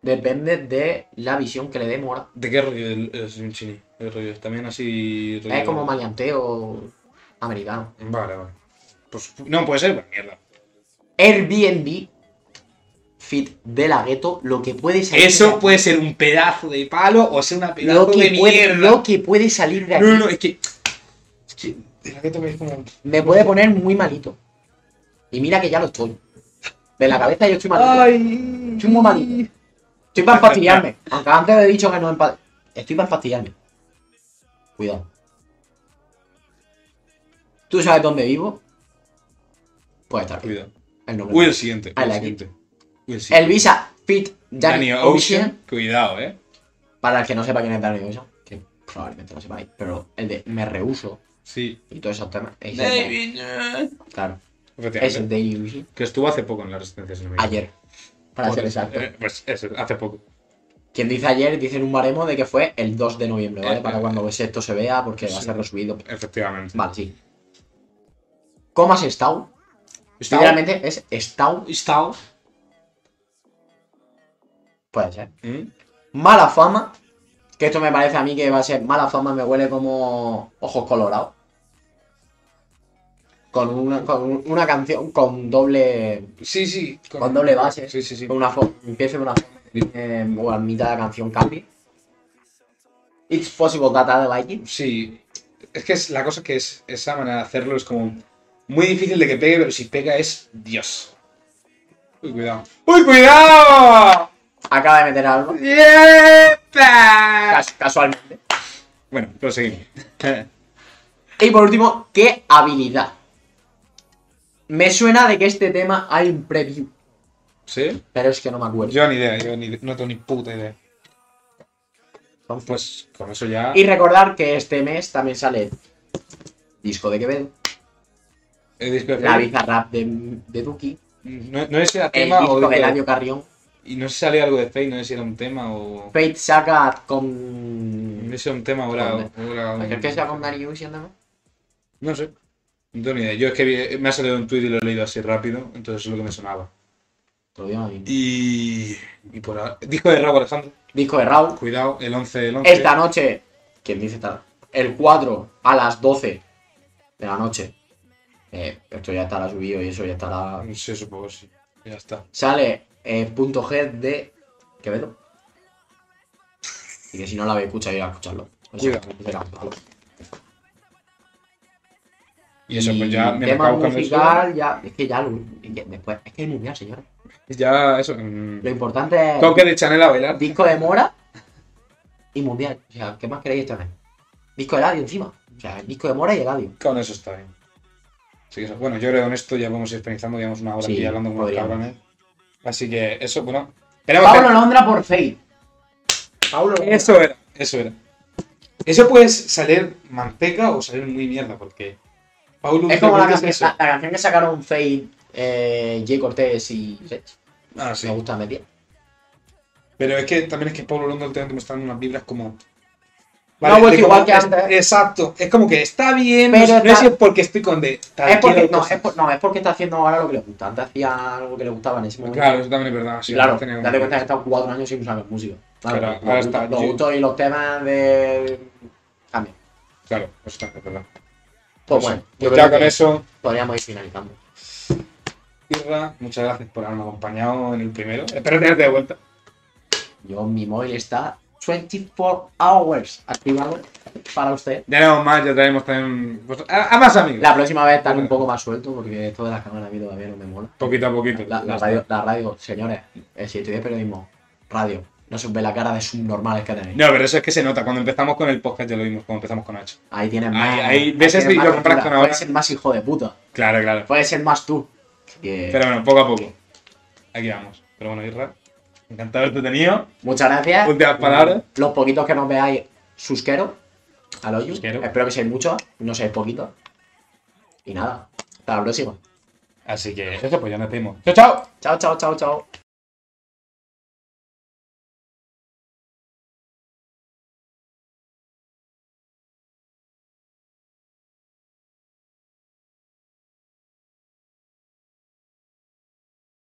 S2: Depende de la visión que le dé Mora.
S1: ¿De qué rollo el- es un chini? El rollo es también así. rollo-
S2: Es como maleanteo americano.
S1: Vale, vale. Pues no, puede ser, pues, mierda.
S2: Airbnb fit de la gueto, lo que puede salir. de
S1: Eso
S2: aquí.
S1: puede ser un pedazo de palo o ser una pedazo
S2: lo que,
S1: de
S2: puede,
S1: mierda.
S2: lo que puede salir de aquí.
S1: No, no, es que. Es que. De la que toqué es como.
S2: Me puede poner muy malito. Y mira que ya lo estoy. De la cabeza yo estoy malito.
S1: Ay.
S2: Estoy muy malito. Estoy para empastillarme. Aunque antes he dicho que no empa- Estoy para empastillarme. Cuidado. ¿Tú sabes dónde vivo? Puede estar. bien.
S1: Cuidado.
S2: El nombre.
S1: Uy, el siguiente.
S2: Ah,
S1: El
S2: la
S1: siguiente. Uy, el siguiente.
S2: El Visa Fit Danny,
S1: Danny
S2: Ocean.
S1: Ocean. Cuidado, eh.
S2: Para el que no sepa quién es Danny Ocean, que probablemente lo sepáis, pero el de Me Rehuso
S1: Sí.
S2: y todos esos temas. Es el de-
S1: David.
S2: claro, es el
S1: Efectivamente.
S2: de Yuji.
S1: Que estuvo hace poco en la resistencia, si no me equivoco.
S2: Ayer, para
S1: Pues,
S2: ser exacto.
S1: eh, Pues eso, hace poco.
S2: Quien dice ayer dice en un baremo de que fue el 2 de noviembre, ¿vale?
S1: Eh,
S2: Para
S1: eh,
S2: cuando pues, esto se vea, porque va a
S1: sí.
S2: ser resubido.
S1: Efectivamente.
S2: Vale, sí. ¿Cómo has estado?
S1: Está
S2: Literalmente es estado.
S1: Estado.
S2: Puede ser.
S1: ¿Mm?
S2: Mala fama. Que esto me parece a mí que va a ser mala fama, me huele como ojos colorados. Con una, con un- una canción con doble.
S1: Sí, sí.
S2: Con doble base.
S1: Sí, sí, sí.
S2: Con una fo- empieza con una forma. eh, o a mitad de la canción cambie. It's possible that I like it.
S1: Sí. Es que es la cosa que es esa manera de hacerlo es como muy difícil de que pegue, pero si pega es Dios. Uy, cuidado. ¡Uy, cuidado!
S2: Acaba de meter algo.
S1: ¡Yepa!
S2: cas- casualmente.
S1: Bueno, proseguimos.
S2: Y por último, ¿qué habilidad? Me suena de que este tema hay un preview,
S1: ¿Sí?
S2: pero es que no me acuerdo.
S1: Yo ni idea, yo ni, no tengo ni puta idea.
S2: Entonces,
S1: Pues con eso ya.
S2: Y recordar que este mes también sale disco de Quevedo,
S1: Eh, disco-
S2: la bizarrap de, de Duki,
S1: No, no sé si era
S2: el
S1: tema o.
S2: disco de
S1: disco-
S2: Ladio Carrión,
S1: Y no sé si salía algo de Fate, no sé si era un tema o.
S2: Fate Saga
S1: No
S2: con...
S1: sé si era un tema o era.
S2: ¿Dónde?
S1: o era un-
S2: ¿Crees que sea con Dani Yusi andamos?
S1: No sé. No tengo ni idea. Yo es que vi- me ha salido un tweet y lo he leído así rápido, entonces es lo que me sonaba.
S2: Te lo digo a mí.
S1: Y. Y por ahora. Disco de Raúl Alejandro.
S2: Disco de Raúl,
S1: Cuidado, el 11, el 11.
S2: esta noche, ¿quién dice tal? El 4 a las 12 de la noche. Eh, esto ya estará subido y eso ya estará
S1: Sí, supongo, sí. Ya está.
S2: sale eh, punto G de Quevedo. Y que si no la habéis escuchado, ir a escucharlo. O sea,
S1: Cuidado.
S2: que será un palo.
S1: Y eso, pues ya me
S2: tema
S1: acabo con eso.
S2: musical, ya, es que ya, lo- ya después, es que es mundial, señores.
S1: Ya, eso. mm.
S2: Lo importante es
S1: Toque de Chanel a bailar.
S2: disco de Mora y mundial. O sea, ¿qué más queréis también? Disco de Eladio encima. O sea, el disco de Mora y Eladio.
S1: Con eso está bien. Así que eso. Bueno, yo creo que con esto ya vamos a ir finalizando, llevamos una hora
S2: Sí,
S1: aquí hablando con los
S2: podríamos.
S1: cabrones. Así que eso, bueno. Tenemos
S2: Pablo Londra por Fade. Pablo
S1: que- Eso era, eso era. Eso puede salir manteca o salir muy mierda, porque. Paulo
S2: Es como la,
S1: ¿qué
S2: canción-
S1: eso?
S2: la- la canción que sacaron Fade, eh, J. Cortés y Sech.
S1: Ah, sí.
S2: Me gusta meter.
S1: Pero es que también es que Pablo Londra últimamente me está dando unas vibras como.
S2: No ha vuelto
S1: de como-
S2: igual que
S1: es-
S2: antes.
S1: Exacto. Es como que está bien,
S2: Pero
S1: no, sé- no
S2: está-
S1: sé si es porque estoy con de.
S2: Es porque,
S1: quiero
S2: no,
S1: cosas.
S2: es por- no, es porque está haciendo ahora lo que le gusta. Antes hacía algo que le gustaba en ese momento.
S1: Claro, eso también es verdad.
S2: Y
S1: Sí,
S2: claro,
S1: antes tenía como-
S2: date cuenta que he estado cuatro años sin saber música. Claro,
S1: Claro,
S2: los
S1: ahora
S2: gustos-
S1: está-
S2: Los
S1: yo-
S2: gustos y los temas de. También.
S1: Claro, eso también es verdad.
S2: Pues
S1: Pues
S2: bueno,
S1: sí.
S2: yo
S1: Pues
S2: creo
S1: ya con
S2: que
S1: eso,
S2: podríamos ir finalizando.
S1: Irra, muchas gracias por haberme acompañado en el primero. Espero tenerte de vuelta.
S2: Yo, mi móvil está 24 hours activado para usted.
S1: Ya tenemos más, ya traemos también pues, a, a más amigos.
S2: La próxima vez estar un
S1: Bueno.
S2: poco más suelto porque esto de las cámaras a mí todavía no me mola.
S1: Poquito a poquito.
S2: La, la
S1: Ya
S2: radio,
S1: está.
S2: la radio, señores, eh, si estudié periodismo, radio, no se os ve la cara de subnormales que tenéis.
S1: No, pero eso es que se nota. Cuando empezamos con el podcast ya lo vimos, cuando empezamos con Nacho.
S2: Ahí tienes
S1: Ahí-
S2: más.
S1: ahí ves
S2: tienes
S1: esto y
S2: más
S1: lo compras
S2: cultura.
S1: con ahora.
S2: Puedes ser más hijo de puta.
S1: Claro, claro.
S2: Puedes ser más tú. Que-
S1: Pero bueno, poco a poco. Aquí vamos. Pero bueno, Irra, encantado de haberte tenido.
S2: Muchas gracias. Mm,
S1: Últimas palabras.
S2: Los poquitos que nos veáis, susquero. Al hoyo.
S1: Susquero.
S2: Espero que seáis muchos, no seáis poquitos. Y nada, hasta la próxima.
S1: Así que eso, pues ya nos vemos. ¡Chao, chao!
S2: Chao, chao, chao, chao.